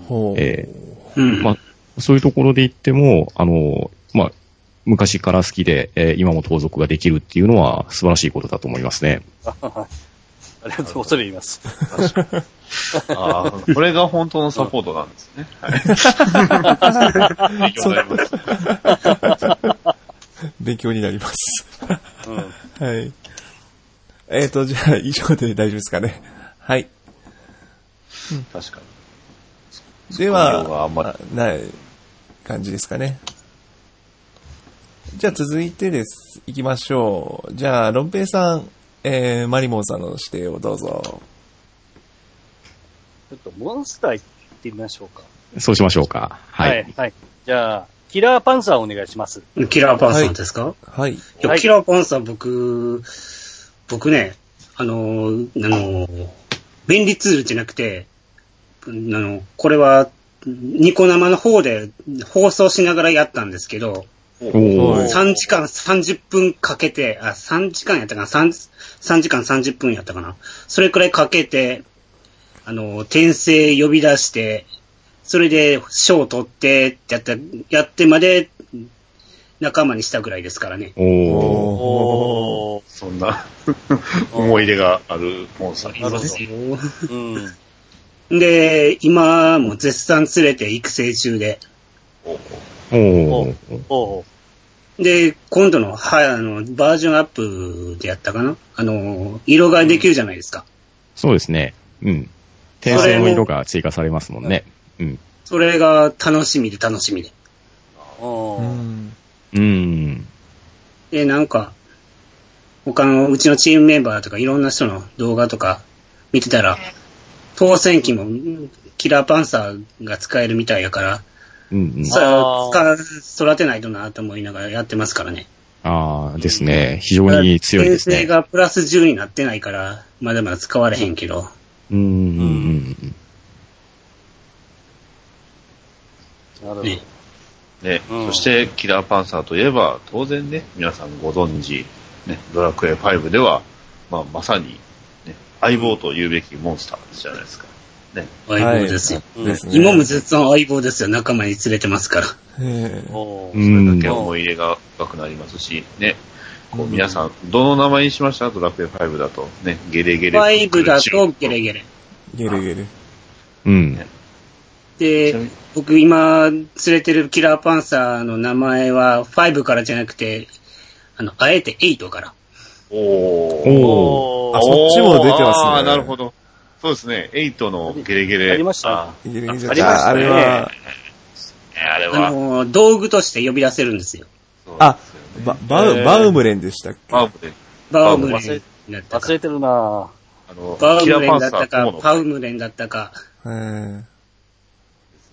[SPEAKER 3] ほう。
[SPEAKER 7] え
[SPEAKER 4] うん。
[SPEAKER 7] まーそういうところで言っても、あの、まあ、昔から好きで、えー今も盗賊ができるっていうのは素晴らしいことだと思いますね。
[SPEAKER 5] ありがとう、恐れ入ります。
[SPEAKER 6] ああ、これが本当のサポートなんですね。 はい。勉強になりました。
[SPEAKER 3] 勉強になります。
[SPEAKER 5] うん、
[SPEAKER 3] はい。えっ、ー、と、じゃあ、以上で大丈夫ですかね。はい。
[SPEAKER 6] 確かに。
[SPEAKER 3] で
[SPEAKER 6] 内容があんまり
[SPEAKER 3] は、あない感じですかね。じゃあ続いてです。行きましょう。じゃあ、ロンペイさん、えー、マリモンさんの指定をどうぞ。
[SPEAKER 5] ちょっとモンスター行ってみましょうか。
[SPEAKER 7] そうしましょうか。はい。
[SPEAKER 5] はい。はいじゃあ、キラーパンサーお願いします。
[SPEAKER 4] キラーパンサーですか、
[SPEAKER 3] はい。
[SPEAKER 4] いや
[SPEAKER 5] はい
[SPEAKER 4] キラーパンサー僕、僕ね、あのー、あのー、便利ツールじゃなくて、うんあの、これは、ニコ生の方で放送しながらやったんですけど、
[SPEAKER 7] おー
[SPEAKER 4] 3時間30分かけて、あ、3時間やったかな 3, ?3 時間30分やったかなそれくらいかけて、あの、転生呼び出して、それで賞を取ってってやった、やってまで仲間にしたぐらいですからね。
[SPEAKER 7] おー
[SPEAKER 5] おー。
[SPEAKER 6] そんな 思い出があるコンサー
[SPEAKER 5] なるほ
[SPEAKER 6] ト
[SPEAKER 5] ど
[SPEAKER 6] ですね。
[SPEAKER 5] うん。
[SPEAKER 4] で、今も絶賛連れて育成中で。
[SPEAKER 6] お
[SPEAKER 7] おー
[SPEAKER 5] おー。
[SPEAKER 4] で、今度の、はい、あの、バージョンアップでやったかなあの、色替えできるじゃないですか。
[SPEAKER 7] そうですね。うん。転生の色が追加されますもんね。うん。
[SPEAKER 4] それが楽しみで楽しみで。
[SPEAKER 5] お
[SPEAKER 3] う
[SPEAKER 5] ー
[SPEAKER 3] ん。
[SPEAKER 7] うん。
[SPEAKER 4] で、なんか、他のうちのチームメンバーとかいろんな人の動画とか見てたら、当選機もうんキラーパンサーが使えるみたいやから、
[SPEAKER 7] うんうん。
[SPEAKER 4] それ
[SPEAKER 5] あー
[SPEAKER 4] 使育てないとなと思いながらやってますからね。
[SPEAKER 7] ああ、ですね。非常に強いです
[SPEAKER 4] 転生
[SPEAKER 7] ね。
[SPEAKER 4] がプラス10になってないから、まだまだ使われへんけど。
[SPEAKER 7] うんうんうん。
[SPEAKER 5] なるほど。
[SPEAKER 4] ね
[SPEAKER 6] ね、
[SPEAKER 5] うん
[SPEAKER 6] そして、キラーパンサーといえば、当然ね、皆さんご存知、ね、ドラクエ5では、まあ、まさに、ね、相棒と言うべきモンスターじゃないですか。ね、
[SPEAKER 4] 相棒ですよ。
[SPEAKER 5] うん
[SPEAKER 3] ですね。
[SPEAKER 4] 今も絶賛相棒ですよ。仲間に連れてますから。
[SPEAKER 3] えー
[SPEAKER 5] おー。
[SPEAKER 7] う
[SPEAKER 6] それ
[SPEAKER 7] ん
[SPEAKER 6] だけ。思い入れが深くなりますし、ね、こ
[SPEAKER 3] う
[SPEAKER 6] うん皆さん、どの名前にしましたドラクエ5だと、ね、ゲレゲレ。
[SPEAKER 4] 5だとゲレゲレ。
[SPEAKER 3] ゲルゲル。
[SPEAKER 7] うん。
[SPEAKER 6] ちなみ
[SPEAKER 4] で
[SPEAKER 6] に、
[SPEAKER 4] 僕今連れてるキラーパンサーの名前は5からじゃなくて、あの、あえて8から。
[SPEAKER 6] おおー
[SPEAKER 7] おー
[SPEAKER 5] お
[SPEAKER 3] あ
[SPEAKER 5] ー。
[SPEAKER 3] そっちも出てますね
[SPEAKER 6] ああ、なるほど。そうですね。エイトのゲレゲレ。
[SPEAKER 5] ありました
[SPEAKER 6] あ
[SPEAKER 3] ゲルゲルじゃ
[SPEAKER 5] ありました
[SPEAKER 3] あ
[SPEAKER 5] ね
[SPEAKER 3] れは、
[SPEAKER 6] ねあれ
[SPEAKER 4] あ
[SPEAKER 6] は。
[SPEAKER 4] の、道具として呼び出せるんですよ。
[SPEAKER 3] あ、ばバウ、バウム
[SPEAKER 6] レ。
[SPEAKER 3] レンでしたっけ
[SPEAKER 6] バウムレ。
[SPEAKER 4] バウムレン
[SPEAKER 6] 忘れ
[SPEAKER 4] だった
[SPEAKER 5] 忘
[SPEAKER 4] か
[SPEAKER 5] れ。てるな
[SPEAKER 6] あの、
[SPEAKER 4] バウ
[SPEAKER 6] キ
[SPEAKER 4] ム
[SPEAKER 6] ラー
[SPEAKER 4] レ
[SPEAKER 6] パ
[SPEAKER 4] ン
[SPEAKER 6] ン
[SPEAKER 4] だ
[SPEAKER 6] サ
[SPEAKER 4] った
[SPEAKER 6] ー
[SPEAKER 4] か
[SPEAKER 6] 友、の
[SPEAKER 4] パ
[SPEAKER 6] 会
[SPEAKER 4] ウ
[SPEAKER 6] で
[SPEAKER 4] ムレンだったか。
[SPEAKER 3] えー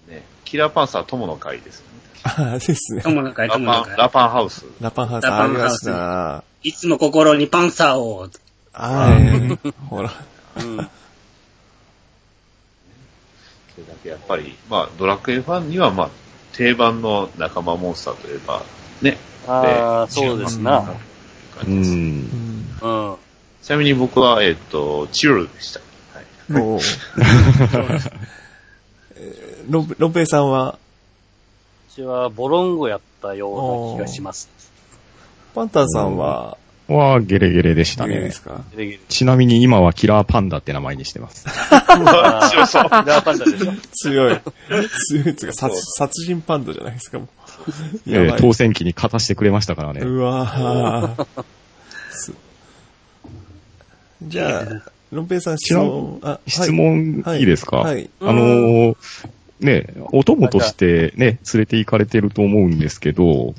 [SPEAKER 6] すね。キラーパンサー友の会ですよね。
[SPEAKER 3] ああ、ですね
[SPEAKER 4] と。もなかい、
[SPEAKER 6] ラ
[SPEAKER 4] ともな
[SPEAKER 6] パン、
[SPEAKER 4] か
[SPEAKER 6] ラパンハウス。
[SPEAKER 3] ラパンハウスありました。
[SPEAKER 4] い。いつも心にパンサーを。
[SPEAKER 3] はい。 ほら。
[SPEAKER 6] それだけやっぱり、まあ、ドラクエファンには、まあ、定番の仲間モンスターといえば、ね。
[SPEAKER 5] ああ、そうですな。
[SPEAKER 6] 感
[SPEAKER 7] う
[SPEAKER 6] じです
[SPEAKER 7] ん
[SPEAKER 3] う。ん。
[SPEAKER 5] うん。
[SPEAKER 6] ちなみに僕は、えっと、チロルで した。はい。
[SPEAKER 3] おうえ ーロンロンペイさんは、
[SPEAKER 5] 私はボロンゴやったような気がします。
[SPEAKER 3] パンタンさんは、
[SPEAKER 7] は、ゲレゲレでした
[SPEAKER 3] いいで
[SPEAKER 7] ね
[SPEAKER 3] す。か
[SPEAKER 5] で
[SPEAKER 7] ちなみに今はキラーパンダって名前にしてます。
[SPEAKER 5] あー
[SPEAKER 6] 強そう。
[SPEAKER 5] ラーパンダでしょ。
[SPEAKER 3] 強い。強いっつうか、殺殺人パンダじゃないですか、もう。
[SPEAKER 7] え
[SPEAKER 3] や
[SPEAKER 7] ー
[SPEAKER 3] ば
[SPEAKER 7] 当
[SPEAKER 3] い。
[SPEAKER 7] 選機に勝たしてくれましたからね。
[SPEAKER 3] うわぁ。すじゃあ、ロンペイさん質問、あ、はい
[SPEAKER 7] 質問
[SPEAKER 3] はい
[SPEAKER 7] いいですか、
[SPEAKER 3] はい。
[SPEAKER 7] あのーね、お供としてね、連れて行かれてると思うんですけど、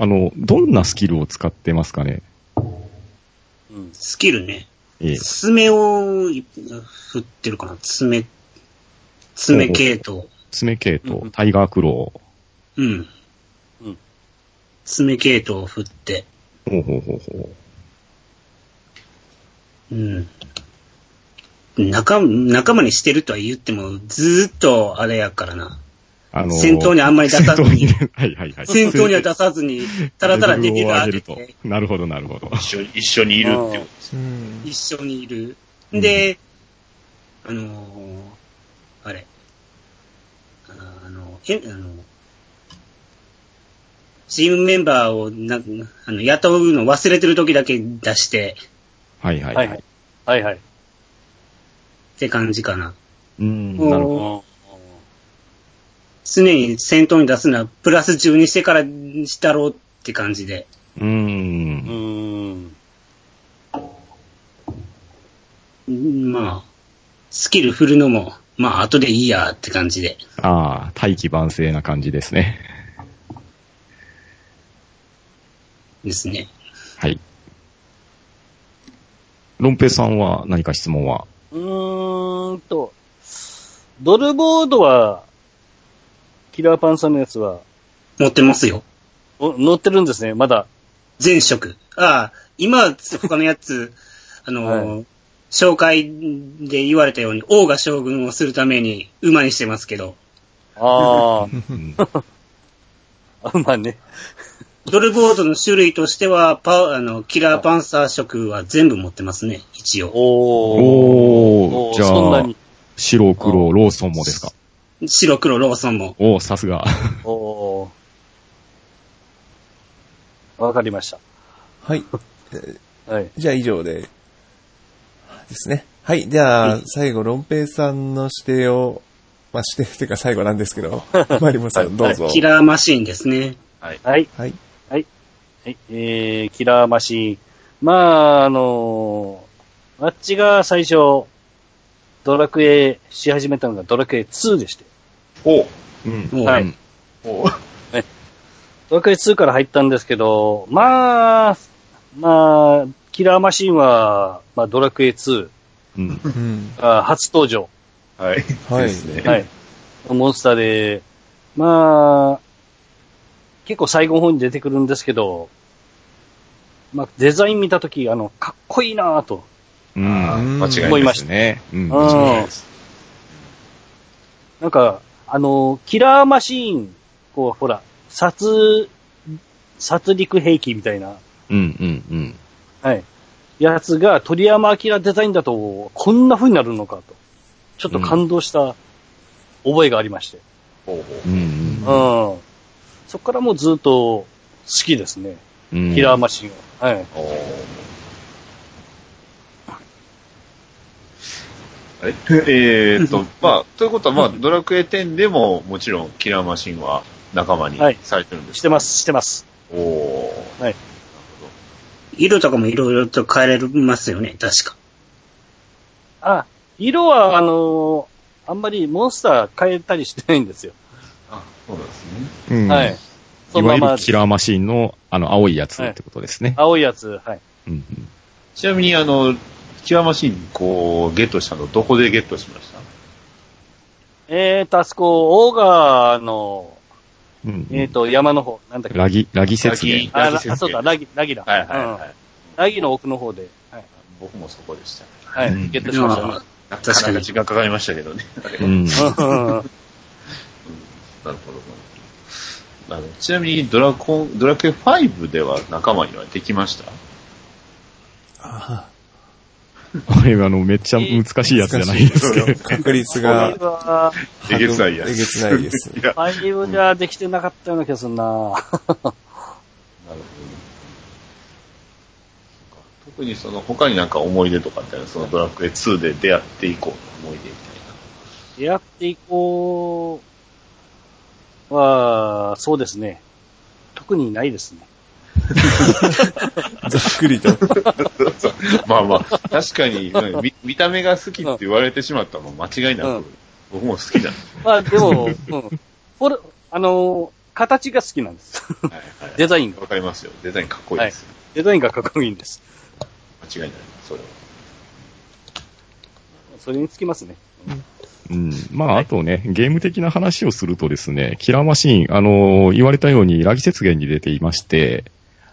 [SPEAKER 7] あの、どんなスキルを使ってますかね
[SPEAKER 5] うん。
[SPEAKER 4] スキルね。
[SPEAKER 7] ええ
[SPEAKER 4] 爪をい振ってるかな。爪、爪系統。
[SPEAKER 7] 爪系
[SPEAKER 5] うんう
[SPEAKER 7] 統、
[SPEAKER 5] ん
[SPEAKER 7] タイガークロ
[SPEAKER 4] うん。
[SPEAKER 5] うん
[SPEAKER 4] 爪系統を振って。
[SPEAKER 7] ー。ほうほうほうほ
[SPEAKER 4] うん。仲、仲間にしてるとは言っても、ずーっとあれやからな。
[SPEAKER 7] う。あのー
[SPEAKER 4] 戦闘にあんまり出さずに
[SPEAKER 7] 戦闘にはいはいはい。
[SPEAKER 4] 戦闘には出さずに、たらたらレベル上げ
[SPEAKER 7] レベルを上
[SPEAKER 4] て、
[SPEAKER 7] なるほどなるほど。
[SPEAKER 6] 一緒に、一緒にいるっていう。
[SPEAKER 3] うん
[SPEAKER 4] 一緒にいる。で、あのーあれ。あの、え、あの、チームメンバーをな、あの、雇うの忘れてる時だけ出して、
[SPEAKER 7] はいはい
[SPEAKER 5] は
[SPEAKER 7] はい
[SPEAKER 5] はいい。。はいはい。
[SPEAKER 4] って感じかな。
[SPEAKER 7] うん、
[SPEAKER 4] おー
[SPEAKER 7] なるほど。
[SPEAKER 5] うん
[SPEAKER 4] 常に戦闘に出すのは、プラス10にしてからしたろうって感じで。
[SPEAKER 7] う
[SPEAKER 5] う
[SPEAKER 7] ー。
[SPEAKER 5] んーん。
[SPEAKER 4] うんまあ、スキル振るのも、まあ、後でいいやって感じで。
[SPEAKER 7] ああ、大器晩成な感じですね。
[SPEAKER 4] ですね。
[SPEAKER 7] はい。ロンペイさんは何か質問は
[SPEAKER 5] うーんと、ドルボードは、キラーパンさんのやつは、
[SPEAKER 4] 持ってますよ。
[SPEAKER 5] お乗ってるんですね、まだ。
[SPEAKER 4] 前職。ああ、今、他のやつ、あのー、紹介で言われたように、王が将軍をするために馬にしてますけど、
[SPEAKER 5] あ
[SPEAKER 7] うん
[SPEAKER 5] あ、 まあね。
[SPEAKER 4] ドルボードの種類としては、パあの、キラーパンサー色は全部持ってますね、一応。
[SPEAKER 5] おー。
[SPEAKER 7] お
[SPEAKER 5] お
[SPEAKER 7] ー、
[SPEAKER 5] ー
[SPEAKER 7] じ
[SPEAKER 5] そんな
[SPEAKER 7] ゃあ
[SPEAKER 5] に、。
[SPEAKER 7] 白黒ローソンもですか
[SPEAKER 4] 白黒ローソンも。
[SPEAKER 7] おー、さすが。
[SPEAKER 5] おー。わかりまし
[SPEAKER 3] はい。
[SPEAKER 5] た。はい。
[SPEAKER 3] じゃあ以上で、ですね。はい。じゃあ、最後、ロンペイさんの指定を、まあ、指定っていうか最後なんですけど、マリモさんどうぞ。
[SPEAKER 4] キラーマシーンですね。
[SPEAKER 6] はい。
[SPEAKER 5] はい。
[SPEAKER 3] はい。
[SPEAKER 5] はい、えー、キラーマシーン。まあ、あのー、あっちが最初、ドラクエし始めたのがドラクエ2でして。
[SPEAKER 6] お
[SPEAKER 7] うん。
[SPEAKER 4] もう
[SPEAKER 5] はい。
[SPEAKER 6] お
[SPEAKER 5] ドラクエ2から入ったんですけど、まあ、まあ、キラーマシーンは、まあ、ドラクエ2
[SPEAKER 7] うん。
[SPEAKER 3] うん。
[SPEAKER 5] が初登場。
[SPEAKER 6] はい。
[SPEAKER 3] はい
[SPEAKER 6] ですね。
[SPEAKER 5] はい。 モンスターで、まあ、結構最後の方に出てくるんですけど、まあ、デザイン見たとき、あの、かっこいいなぁと。
[SPEAKER 7] うん。
[SPEAKER 6] あー間違いない。
[SPEAKER 5] 思いま
[SPEAKER 7] で
[SPEAKER 5] し
[SPEAKER 7] す
[SPEAKER 5] た
[SPEAKER 7] ね。うん。
[SPEAKER 5] うん
[SPEAKER 6] 間違いないです
[SPEAKER 5] なんか、あの、キラーマシーン、こう、ほら、殺、殺戮兵器みたいな、
[SPEAKER 7] うん、うん、うん。
[SPEAKER 5] はい。やつが鳥山明デザインだと、こんな風になるのかと。ちょっと感動した覚えがありまして。
[SPEAKER 6] おうおう
[SPEAKER 7] うん
[SPEAKER 5] う、ん。そこからもうずっと好きですね。
[SPEAKER 7] うん。
[SPEAKER 5] キラーマシーンは。はい。
[SPEAKER 6] おーあれえーっと、まあ、ということは、まあ、ドラクエ10でも、もちろん、キラーマシンは仲間に
[SPEAKER 5] はい
[SPEAKER 6] されてるんで
[SPEAKER 5] し
[SPEAKER 6] す
[SPEAKER 5] て
[SPEAKER 6] か、
[SPEAKER 5] ます、してます。
[SPEAKER 6] おおー
[SPEAKER 5] はい。
[SPEAKER 4] 色とかもいろいろと変えられますよね、確か。
[SPEAKER 5] あ、色は、あのあんまりモンスター変えたりしてないんですよ。
[SPEAKER 6] あ、そうなんですね。
[SPEAKER 7] うん。
[SPEAKER 5] はい。
[SPEAKER 7] い
[SPEAKER 5] その
[SPEAKER 7] わ
[SPEAKER 5] ま
[SPEAKER 7] ゆ
[SPEAKER 5] ま
[SPEAKER 7] る、キラーマシンの、あの、青いやつってことですね。
[SPEAKER 5] 青いやつ、はい。
[SPEAKER 7] うん。
[SPEAKER 6] ちなみに、あの、キラーマシン、こう、ゲットしたの、どこでゲットしました
[SPEAKER 5] えーと、あそこ、オーガーの、
[SPEAKER 7] うん
[SPEAKER 5] えっ、と、山の方、なんだっけ。
[SPEAKER 7] ラギ、ラギ節電。
[SPEAKER 5] あ、
[SPEAKER 6] ラギ
[SPEAKER 5] ラ
[SPEAKER 6] 節電
[SPEAKER 5] あそうだ、ラギ、ラギだ。
[SPEAKER 6] はいはい
[SPEAKER 5] うん
[SPEAKER 6] はい。
[SPEAKER 5] ラギの奥の方で。はい。
[SPEAKER 6] 僕もそこでしたね。
[SPEAKER 5] はい
[SPEAKER 7] うん
[SPEAKER 5] ゲットしました。
[SPEAKER 4] ま
[SPEAKER 6] なか
[SPEAKER 4] 確か
[SPEAKER 6] な
[SPEAKER 4] に
[SPEAKER 6] か時間かかりましたけどね。あれはう
[SPEAKER 7] う
[SPEAKER 6] ん
[SPEAKER 5] うん
[SPEAKER 7] ん。
[SPEAKER 6] なるほど。あのちなみにドラコン、ドラクエ5では仲間にはできました
[SPEAKER 3] あ
[SPEAKER 7] あれ、あの、めっちゃ難しいやつじゃないですけど。
[SPEAKER 3] あ確率
[SPEAKER 5] これ
[SPEAKER 3] が、
[SPEAKER 5] は、
[SPEAKER 6] えげつないやつ。
[SPEAKER 3] えげつないです。
[SPEAKER 6] いや、
[SPEAKER 5] ファイブじゃできてなかったような気がするな
[SPEAKER 6] なるほど。特にその他になんか思い出とかってあるそのドラクエ2で出会って以降の思い出み
[SPEAKER 5] 出会って以降は、そうですね。特にないですね。
[SPEAKER 3] ざっくりと。
[SPEAKER 6] たいな。まあまあ、確かに、うん見見た目が好きって言われてしまったのは間違いなく、
[SPEAKER 5] うん
[SPEAKER 6] 僕も好きだ。
[SPEAKER 5] まあで も、うん、これ、あの、形が好きなんです。
[SPEAKER 6] はいはい
[SPEAKER 5] デザインが
[SPEAKER 6] わかりますよ。デザインかっこいいです。
[SPEAKER 5] デザインがかっこいいんです。
[SPEAKER 6] 間違いない。それは。
[SPEAKER 5] それにつきますね。
[SPEAKER 7] うん。まあ、あとね、ゲーム的な話をするとですね、キラーマシーン、あのー言われたように、ラギ節言に出ていまして、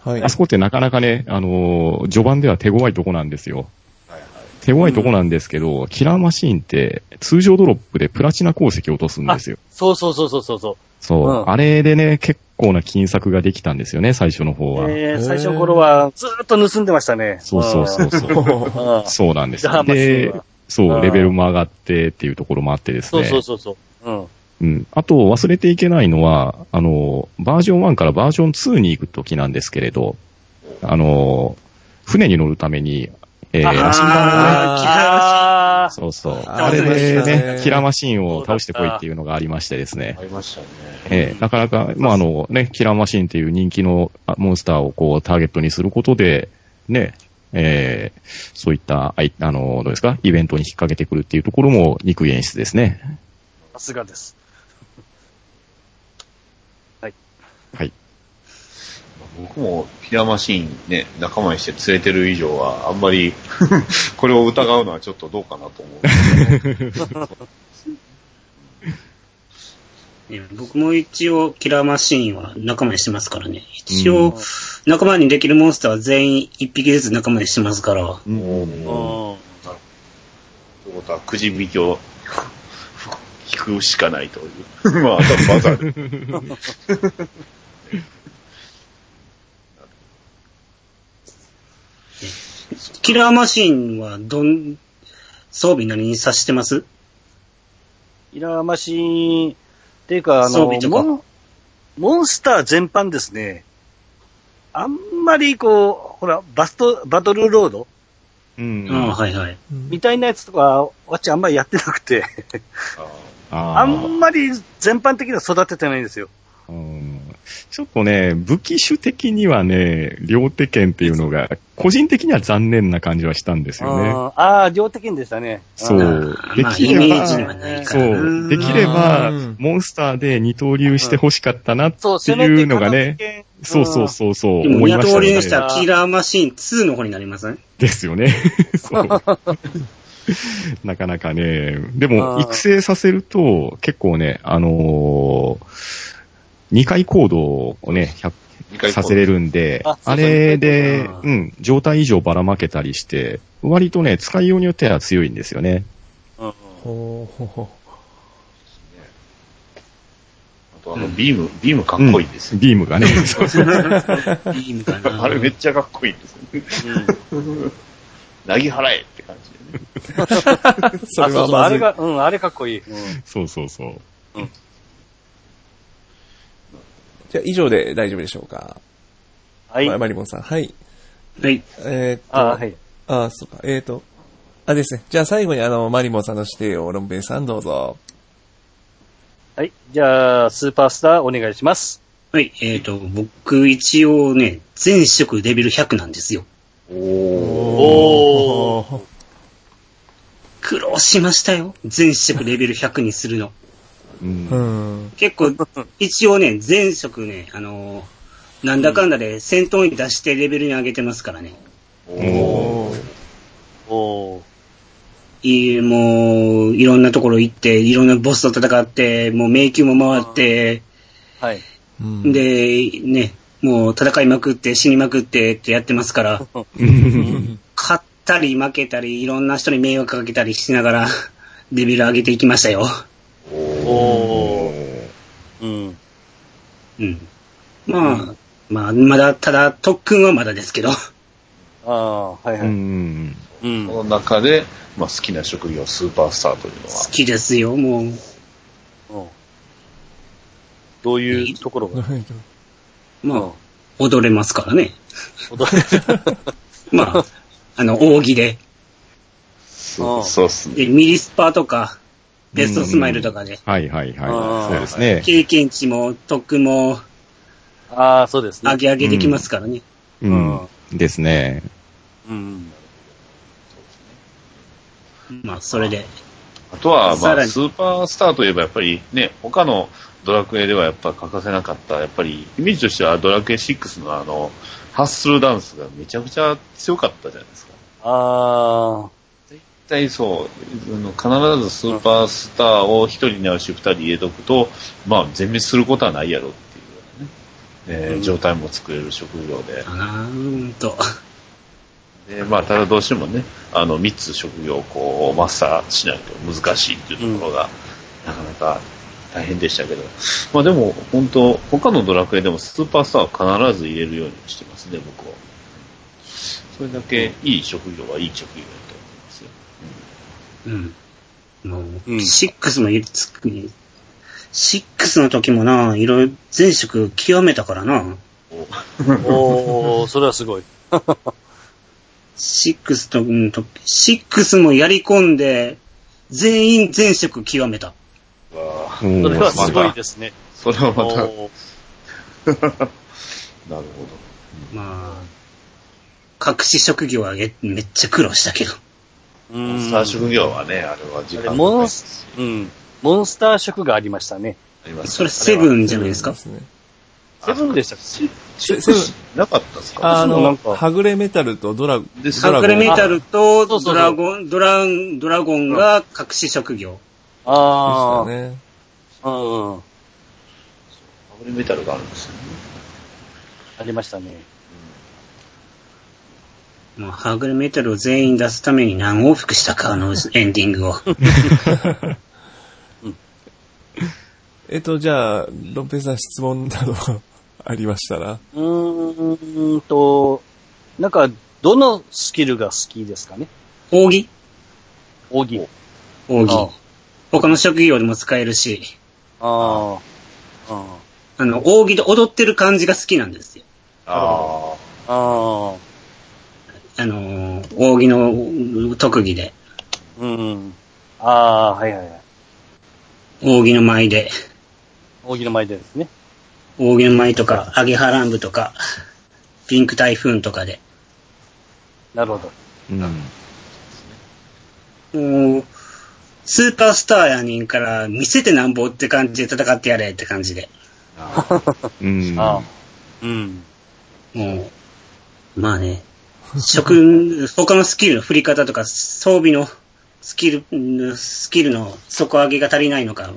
[SPEAKER 3] はい
[SPEAKER 7] あ。そこってなかなかね、あのー序盤では手強いとこなんですよ。
[SPEAKER 6] はいはい。
[SPEAKER 7] 手強いとこなんですけど、キラーマシーンって、通常ドロップでプラチナ鉱石を落とすんですよ。
[SPEAKER 5] そうそうそうそうそうそう。
[SPEAKER 7] そう。
[SPEAKER 5] うん
[SPEAKER 7] あれでね、結構な金策ができたんですよね、最初の方は。
[SPEAKER 5] えー、最初の頃はずーっと盗んでましたね。
[SPEAKER 7] そうそうそうそう。
[SPEAKER 5] うん。うん
[SPEAKER 7] そうなんです
[SPEAKER 5] キラーマシーン
[SPEAKER 7] で
[SPEAKER 5] は、
[SPEAKER 7] そうう、
[SPEAKER 5] ん
[SPEAKER 7] レベルも上がってっていうところもあってです
[SPEAKER 5] そう
[SPEAKER 7] ね。
[SPEAKER 5] そうそうそう。うん。
[SPEAKER 7] うん。あと、忘れていけないのは、あの、バージョン1からバージョン2に行くときなんですけれど、あの、船に乗るために、えー、
[SPEAKER 5] あー
[SPEAKER 7] 足場をね、
[SPEAKER 5] あー
[SPEAKER 7] そうそう。
[SPEAKER 3] あ
[SPEAKER 7] あれで
[SPEAKER 3] ありました
[SPEAKER 7] ね
[SPEAKER 3] ね、
[SPEAKER 7] キラーマシーンを倒してこいっていうのがありましてですね
[SPEAKER 6] あ。りましたね。
[SPEAKER 7] えーなかなか、まあ、あのね、キラーマシーンっていう人気のあモンスターをこうターゲットにすることで、ね、えーそういった、あいあの、どうですか、イベントに引っ掛けてくるっていうところも憎い演出ですね。
[SPEAKER 5] さすがです。
[SPEAKER 6] 僕もピラマシーンね、仲間にして連れてる以上は、あんま り、これを疑うのはちょっとどうかなと思う。
[SPEAKER 4] え僕も一応、キラーマシーンは仲間にしてますからね。一応、仲間にできるモンスターは全員一匹ずつ仲間にしてますから。
[SPEAKER 6] もうということは、くじ引きを引くしかないという。まあ、あとはバザーで。
[SPEAKER 4] キラーマシーンは、どん、装備何にさしてます
[SPEAKER 5] イラーマシーン、っていうか、あ
[SPEAKER 4] 装備
[SPEAKER 5] の、
[SPEAKER 4] と
[SPEAKER 5] モ
[SPEAKER 4] か
[SPEAKER 5] ンモンスター全般ですね。あんまりこう、ほら、バスト、バトルロード
[SPEAKER 7] うん
[SPEAKER 4] ああ、はいはい。
[SPEAKER 5] みたいなやつとか、わっちあんまりやってなくて、あ
[SPEAKER 7] あー
[SPEAKER 5] んまり全般的には育ててないんですよ。
[SPEAKER 7] うんちょっとね、武器種的にはね、両手剣っていうのが、個人的には残念な感じはしたんですよね。
[SPEAKER 5] あーあー、両手剣でしたね。
[SPEAKER 7] そ
[SPEAKER 5] ん
[SPEAKER 7] う。で
[SPEAKER 4] まあ、
[SPEAKER 7] き
[SPEAKER 4] イ
[SPEAKER 7] れ
[SPEAKER 4] メージには
[SPEAKER 7] ば、
[SPEAKER 4] ないか
[SPEAKER 7] そ
[SPEAKER 4] らな。
[SPEAKER 7] う。できれば
[SPEAKER 3] うん、
[SPEAKER 7] モンスターで二刀流してほしかったなって
[SPEAKER 5] そう、せめて
[SPEAKER 7] いうのが
[SPEAKER 5] 片手
[SPEAKER 7] ね、
[SPEAKER 5] 剣
[SPEAKER 7] そうそうそうそう、
[SPEAKER 4] でも、
[SPEAKER 7] 思い
[SPEAKER 4] 二
[SPEAKER 7] ました
[SPEAKER 4] 刀流
[SPEAKER 7] ね
[SPEAKER 4] にしたらキラーマシーン2の方になります ね。
[SPEAKER 7] ですよね。そう。 なかなかね、でも
[SPEAKER 5] あー
[SPEAKER 7] 育成させると結構ね、あのー、2回行動をね、100
[SPEAKER 6] 二回
[SPEAKER 7] させれるんで、
[SPEAKER 5] あ
[SPEAKER 7] あ
[SPEAKER 5] そうそう
[SPEAKER 7] れ
[SPEAKER 4] 二
[SPEAKER 7] で
[SPEAKER 4] 回行、動
[SPEAKER 7] うん、状態以上ばらまけたりして、割とね、使いようによっては強いんですよね。
[SPEAKER 5] うん
[SPEAKER 3] ほうほうほ
[SPEAKER 6] あと、あの、ビーム、ビームかっこいいですね。
[SPEAKER 7] ビーム がね、そうそう
[SPEAKER 4] いいのかな。
[SPEAKER 6] あれめっちゃかっこいいですね。なぎ払えって感じでね。
[SPEAKER 3] うそ
[SPEAKER 5] あ
[SPEAKER 3] れ
[SPEAKER 5] そ
[SPEAKER 3] は
[SPEAKER 5] うそうあ
[SPEAKER 3] まず
[SPEAKER 5] れ
[SPEAKER 3] い。
[SPEAKER 5] が、うん、あれかっこいい。うん
[SPEAKER 7] そうそうそう。
[SPEAKER 3] じゃあ以上で大丈夫でしょうか。
[SPEAKER 5] はい。
[SPEAKER 3] まマリモンさん。はい。
[SPEAKER 4] はい。
[SPEAKER 3] えー、っと、
[SPEAKER 5] あーはい。
[SPEAKER 3] あ、そうか。えー、っと、あですね。じゃあ最後にあの、マリモンさんの指定をロンベイさんどうぞ。
[SPEAKER 5] はい。じゃあ、スーパースターお願いします。
[SPEAKER 4] はい。えっ、と、僕一応ね、全職レベル100なんですよ。
[SPEAKER 3] おー。
[SPEAKER 4] 苦労しましたよ。全職レベル100にするの。
[SPEAKER 7] うん
[SPEAKER 3] うん。
[SPEAKER 4] 結構、一応ね、前職ね、あのーなんだかんだで戦闘に出してレベルに上げてますからね。
[SPEAKER 7] お
[SPEAKER 5] おー。
[SPEAKER 4] いいもう、いろんなところ行って、いろんなボスと戦って、もう迷宮も回って、
[SPEAKER 5] はい。
[SPEAKER 3] うん
[SPEAKER 4] で、ね、もう戦いまくって死にまくってってやってます から、勝ったり負けたり、いろんな人に迷惑かけたりしながら、 レベル上げていきましたよ。
[SPEAKER 5] おうん。
[SPEAKER 4] うん。まあ、まあ、まだ、ただ、特訓はまだですけど。
[SPEAKER 5] ああ、はいは
[SPEAKER 7] う
[SPEAKER 5] い。
[SPEAKER 7] ん。
[SPEAKER 5] うん
[SPEAKER 6] この中で、まあ、好きな職業、スーパースターというの
[SPEAKER 4] 好
[SPEAKER 6] は、
[SPEAKER 4] きですよ、もう。
[SPEAKER 5] うんどういうところが
[SPEAKER 4] まあ、踊れますからね。
[SPEAKER 5] 踊れ
[SPEAKER 4] まあ、あの、扇で。
[SPEAKER 6] そうそうっすね。
[SPEAKER 4] で、ミリスパとか、ベストスマイルとかで、
[SPEAKER 7] はいはい
[SPEAKER 5] あー
[SPEAKER 7] はい。そうですね。
[SPEAKER 4] 経験値も特訓も
[SPEAKER 5] ああ、そうですね。
[SPEAKER 4] 上げ上げできますからね。
[SPEAKER 7] うん。ですね。
[SPEAKER 5] うん。
[SPEAKER 4] まあ、それで。
[SPEAKER 6] あとは、ま
[SPEAKER 4] さら
[SPEAKER 6] あ、
[SPEAKER 4] に
[SPEAKER 6] スーパースターといえば、やっぱりね、他のドラクエではやっぱ欠かせなかった、やっぱり、イメージとしてはドラクエ6のあの、ハッスルダンスがめちゃくちゃ強かったじゃないですか。
[SPEAKER 5] ああ、
[SPEAKER 6] 絶対そう、あの必ずスーパースターを一人ないし二人入れとくと、まあ、全滅することはないやろっていうようなね、えー状態も作れる職業で。
[SPEAKER 4] あーうんと。
[SPEAKER 6] でまあ、ただどうしてもね、あの、3つ職業をこう、マスターしないと難しいっていうところが、なかなか大変でしたけど、まあでも、本当他のドラクエでもスーパースターは必ず入れるようにしてますね、僕は。それだけいい職業はいい職業だと思いますよ。
[SPEAKER 4] うん。もう、
[SPEAKER 5] うん
[SPEAKER 4] シックスもいつくに、シックスの時もな、いろいろ前職極めたからな。
[SPEAKER 5] おお、それはすごい。
[SPEAKER 4] シックスと、うんと、シックスもやり込んで、全員前職極めた。
[SPEAKER 6] わあ
[SPEAKER 7] うん
[SPEAKER 5] それはすごいですね。
[SPEAKER 6] それはまた、なる
[SPEAKER 5] おー
[SPEAKER 6] ほど。
[SPEAKER 4] まあ、隠し職業はえめっちゃ苦労したけど。
[SPEAKER 5] う
[SPEAKER 6] モ
[SPEAKER 5] ん
[SPEAKER 6] ンスター職業はね、あれは時間かか
[SPEAKER 5] モ
[SPEAKER 6] りま
[SPEAKER 5] ン
[SPEAKER 6] す
[SPEAKER 5] ス、うん。モンスター色がありましたね。
[SPEAKER 6] ね
[SPEAKER 4] それセブンじゃないですか。
[SPEAKER 3] ね
[SPEAKER 5] セブンでしたっけ
[SPEAKER 6] セブンなかったですか
[SPEAKER 3] あ
[SPEAKER 5] そうな
[SPEAKER 3] の
[SPEAKER 5] ん、か
[SPEAKER 3] はぐれメタルとドラ
[SPEAKER 6] で
[SPEAKER 3] ドラ
[SPEAKER 4] 隠
[SPEAKER 3] ゴ
[SPEAKER 4] れ
[SPEAKER 3] ン
[SPEAKER 4] メタルと
[SPEAKER 5] そう
[SPEAKER 4] ド
[SPEAKER 5] そうそう
[SPEAKER 4] ラゴン、ドラン、ドラゴンが隠し職業。
[SPEAKER 5] ああ、
[SPEAKER 3] でしたね。
[SPEAKER 5] うんうん。
[SPEAKER 6] アブリメタルがあるんですよね。
[SPEAKER 5] ありましたね。
[SPEAKER 4] もう、はぐれメタルを全員出すために何往復したか、あの、エンディングを。
[SPEAKER 3] えっと、じゃあ、ロンペイさん質問などはありましたら
[SPEAKER 5] うーんと、なんか、どのスキルが好きですかね
[SPEAKER 4] 扇
[SPEAKER 5] 扇。
[SPEAKER 4] 扇。他の職業でも使えるし、
[SPEAKER 5] ああ。あ
[SPEAKER 4] あの、扇で踊ってる感じが好きなんですよ。
[SPEAKER 6] あ
[SPEAKER 5] あ。ああ。
[SPEAKER 4] あのー、扇のうん特技で、
[SPEAKER 5] うん。ああ、はいはいはい。
[SPEAKER 4] 扇の舞で、
[SPEAKER 5] 扇の前でですね。
[SPEAKER 4] 扇の舞とか、アゲハランブとか、ピンク台風とかで。
[SPEAKER 5] なるほど。
[SPEAKER 7] うん。
[SPEAKER 4] もう、スーパースターや人から見せてなんぼって感じで戦ってやれって感じで。
[SPEAKER 7] うん。
[SPEAKER 5] ああ。うん。
[SPEAKER 4] もう、まあ ね、職、他のスキルの振り方とか、装備のスキル、うんスキルの底上げが足りないのか、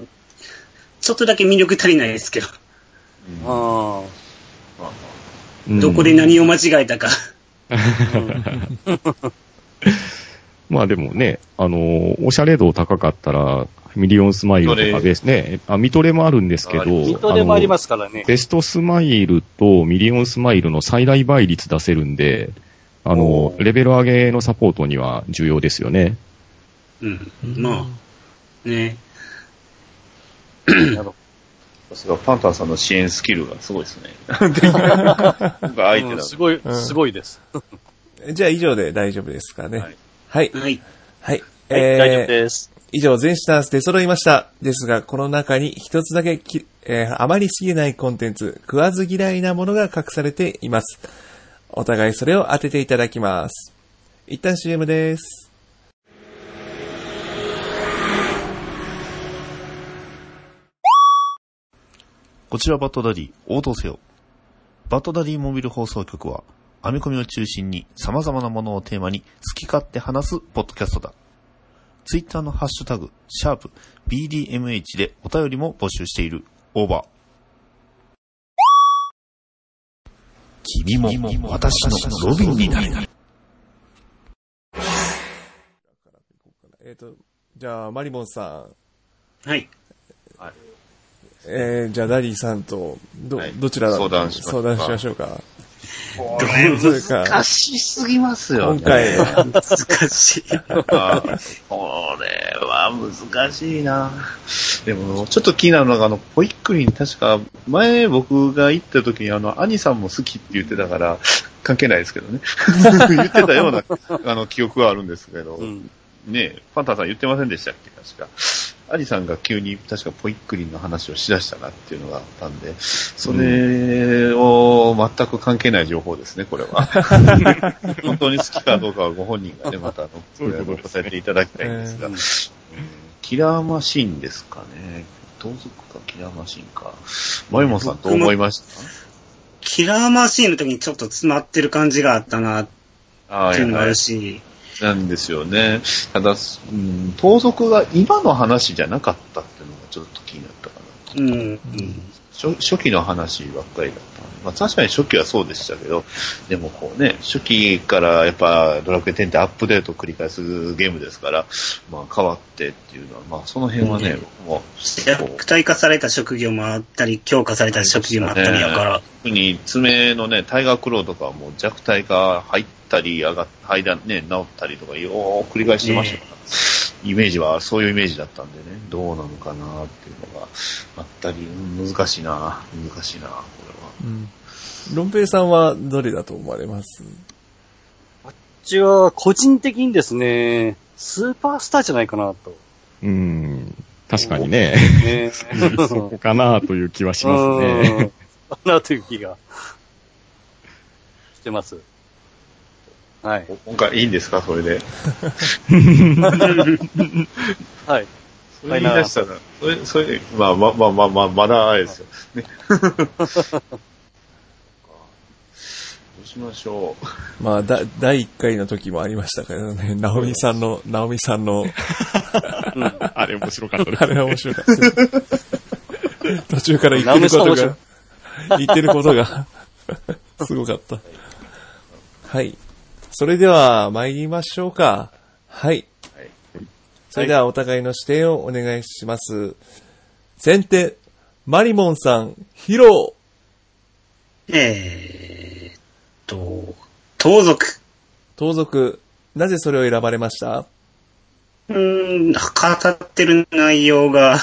[SPEAKER 4] ちょっとだけ魅力足りないですけど、
[SPEAKER 5] あ
[SPEAKER 7] うん
[SPEAKER 4] どこで何を間違えたか。
[SPEAKER 7] まあでもね、あの、おしゃれ度高かったら、ミリオンスマイルとかですね、あ、見とれもあるんですけど、
[SPEAKER 6] あ見
[SPEAKER 5] あ。水戸でもありますから
[SPEAKER 7] あ
[SPEAKER 5] ね
[SPEAKER 7] の。ベストスマイルとミリオンスマイルの最大倍率出せるんで、あの、レベル上げのサポートには重要ですよね。
[SPEAKER 4] うん、まあ、ね、
[SPEAKER 5] なるほ
[SPEAKER 6] さすがパンタンさんの支援スキルがすごいですね。なんか相手
[SPEAKER 5] ど。
[SPEAKER 6] だ
[SPEAKER 5] うん
[SPEAKER 6] な
[SPEAKER 5] すごい、
[SPEAKER 3] うん
[SPEAKER 5] すごいです。
[SPEAKER 3] じゃあ、以上で大丈夫ですかね。
[SPEAKER 6] はい
[SPEAKER 3] はい。
[SPEAKER 4] はい。
[SPEAKER 3] はい。
[SPEAKER 5] はい、
[SPEAKER 3] えー
[SPEAKER 5] 大丈夫です。
[SPEAKER 3] 以上、全シタンスで揃いました。ですが、この中に一つだけき、えーあまり知げないコンテンツ、食わず嫌いなものが隠されています。お互いそれを当てていただきます。一旦 CM です。
[SPEAKER 8] こちらバットダディ、応答せよ。バットダディモビル放送局は、編み込みを中心に様々なものをテーマに好き勝手話すポッドキャストだ。ツイッターのハッシュタグ、シャープ BDMH でお便りも募集している。オーバー。君も私のロビンになる。
[SPEAKER 3] えっ、と、じゃあ、マリモンさん、
[SPEAKER 4] はい。
[SPEAKER 3] えー、じゃあ、ダリーさんと、ど、
[SPEAKER 6] はい
[SPEAKER 3] どちら
[SPEAKER 6] 相談しましょ
[SPEAKER 3] 相
[SPEAKER 6] う
[SPEAKER 3] 談
[SPEAKER 6] か
[SPEAKER 3] しましょうか。
[SPEAKER 4] ごめん
[SPEAKER 3] どうですか
[SPEAKER 6] 難しすぎます
[SPEAKER 3] 今
[SPEAKER 6] よね。
[SPEAKER 3] 回、
[SPEAKER 4] 難しい。
[SPEAKER 6] あーこれは難しいな。でも、ちょっと気になるのが、あの、ホイックリン、確か、前僕が行った時に、あの、兄さんも好きって言ってたから、関係ないですけどね。 言ってたような、あの、記憶はあるんですけど、
[SPEAKER 5] うん。
[SPEAKER 6] ねえパンタンさん言ってませんでしたっけ、確か。兄さんが急に、確かポイックリンの話をしだしたなっていうのがあったんで、それを全く関係ない情報ですね、これ は。本当に好きかどうかはご本人がね、また、あの、
[SPEAKER 7] そういうことですね
[SPEAKER 6] 答えていただきたいんですが、うんキラーマシンですかね。盗賊かキラーマシンか。マリモンさんどう思いました
[SPEAKER 4] キラーマシーンの時にちょっと詰まってる感じがあったなっ
[SPEAKER 6] あ
[SPEAKER 4] ていうのもあ
[SPEAKER 6] や
[SPEAKER 4] るし、
[SPEAKER 6] なんですよね。ただ、うん、盗賊が今の話じゃなかったっていうのがちょっと気になったかな。
[SPEAKER 4] うん。うん
[SPEAKER 6] 初初期の話ばっかりだったので。まあ確かに初期はそうでしたけど、でもこうね、初期からやっぱドラクエ10ってアップデートを繰り返すゲームですから、まあ変わってっていうのは、まあその辺はね、僕もこう
[SPEAKER 4] 弱体化された職業もあったり、強化された職業もあったりやから、
[SPEAKER 6] 特に爪のね、タイガークローとかはもう弱体が入ったり、上がっ、入らね、治ったりとか、よーく繰り返してましたから、イメージは、そういうイメージだったんでね、どうなのかなっていうのがあったり、うん難しいな、難しいな、こ
[SPEAKER 3] うん。ロンペイさんはどれだと思われます
[SPEAKER 5] 一応、個人的にですね、スーパースターじゃないかなと。
[SPEAKER 7] うん。確かにね、
[SPEAKER 5] ね、
[SPEAKER 7] そこかなという気はしますね。
[SPEAKER 5] うん。なという気がしてます。はい。
[SPEAKER 6] れは。今回いいんですか、それで。
[SPEAKER 5] はい。
[SPEAKER 6] それ言い出したら、それ、それ、まあまあまあまあまあ、まだあれですよ。ね。どうしましょう。
[SPEAKER 3] まあ、だ、第1回の時もありましたからね、ナオミさんの、ナオミさんの、
[SPEAKER 7] あれ面白かったです
[SPEAKER 3] あれは面白かった。途中から言ってることが、言ってることが、すごかった。はい。それでは参りましょうか。はい。
[SPEAKER 6] はい
[SPEAKER 3] それではお互いの指定をお願いします。先手、マリモンさん、ヒロ
[SPEAKER 4] えーっと、盗賊。
[SPEAKER 3] 盗賊、なぜそれを選ばれました
[SPEAKER 4] うーん、語ってる内容が、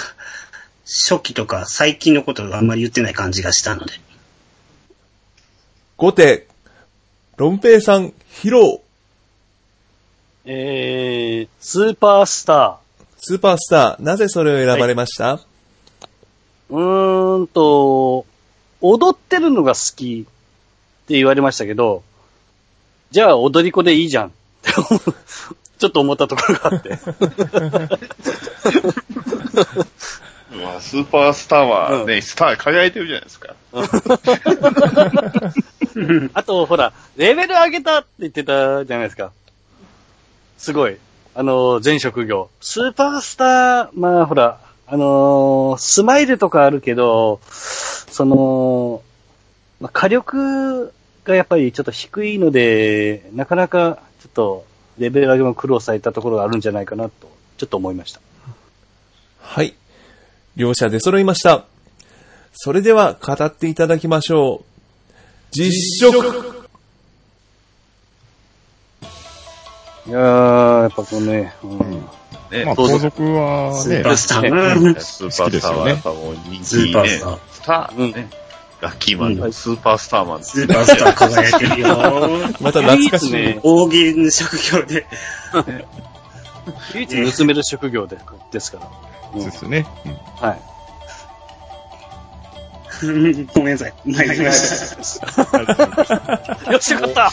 [SPEAKER 4] 初期とか最近のことがあんまり言ってない感じがしたので。
[SPEAKER 3] 後手、ロンペイさん、ヒロ
[SPEAKER 5] えー、スーパースタ
[SPEAKER 3] スーパースター、なぜそれを選ばれました、
[SPEAKER 5] ー。うーんと、踊ってるのが好きって言われましたけど、じゃあ踊り子でいいじゃんって思うちょっと思ったところがあって。
[SPEAKER 6] まあ、スーパースターはね、スター輝いてるじゃないですか。
[SPEAKER 5] あと、ほら、レベル上げたって言ってたじゃないですか。すごい。あの、全職業。スーパースター、まあほら、あのースマイルとかあるけど、その、まあ火力がやっぱりちょっと低いので、なかなかちょっとレベル上げも苦労されたところがあるんじゃないかなと、ちょっと思いました。
[SPEAKER 3] はい。両者出揃いました。それでは語っていただきましょう。実食
[SPEAKER 5] いやー、やっぱこのね、うん、
[SPEAKER 6] ね
[SPEAKER 7] まあ、後続は
[SPEAKER 4] ス
[SPEAKER 7] ね
[SPEAKER 4] ーパ、ー スター
[SPEAKER 5] ね
[SPEAKER 4] うん。
[SPEAKER 6] スーパースターはやっぱもう人気、ね、
[SPEAKER 4] スーパースター
[SPEAKER 6] スターね。ラッキーマン、
[SPEAKER 5] うん
[SPEAKER 6] スーパースターマン。
[SPEAKER 4] スーパースター輝いてるよ。
[SPEAKER 3] また懐かしい。
[SPEAKER 5] 唯一ね。
[SPEAKER 4] 大喜利の職業で。
[SPEAKER 5] 唯一盗める職業でですから。
[SPEAKER 7] ですね。うん
[SPEAKER 5] はい。
[SPEAKER 4] ごめんなさい。参りました。
[SPEAKER 5] よし、よかった
[SPEAKER 3] は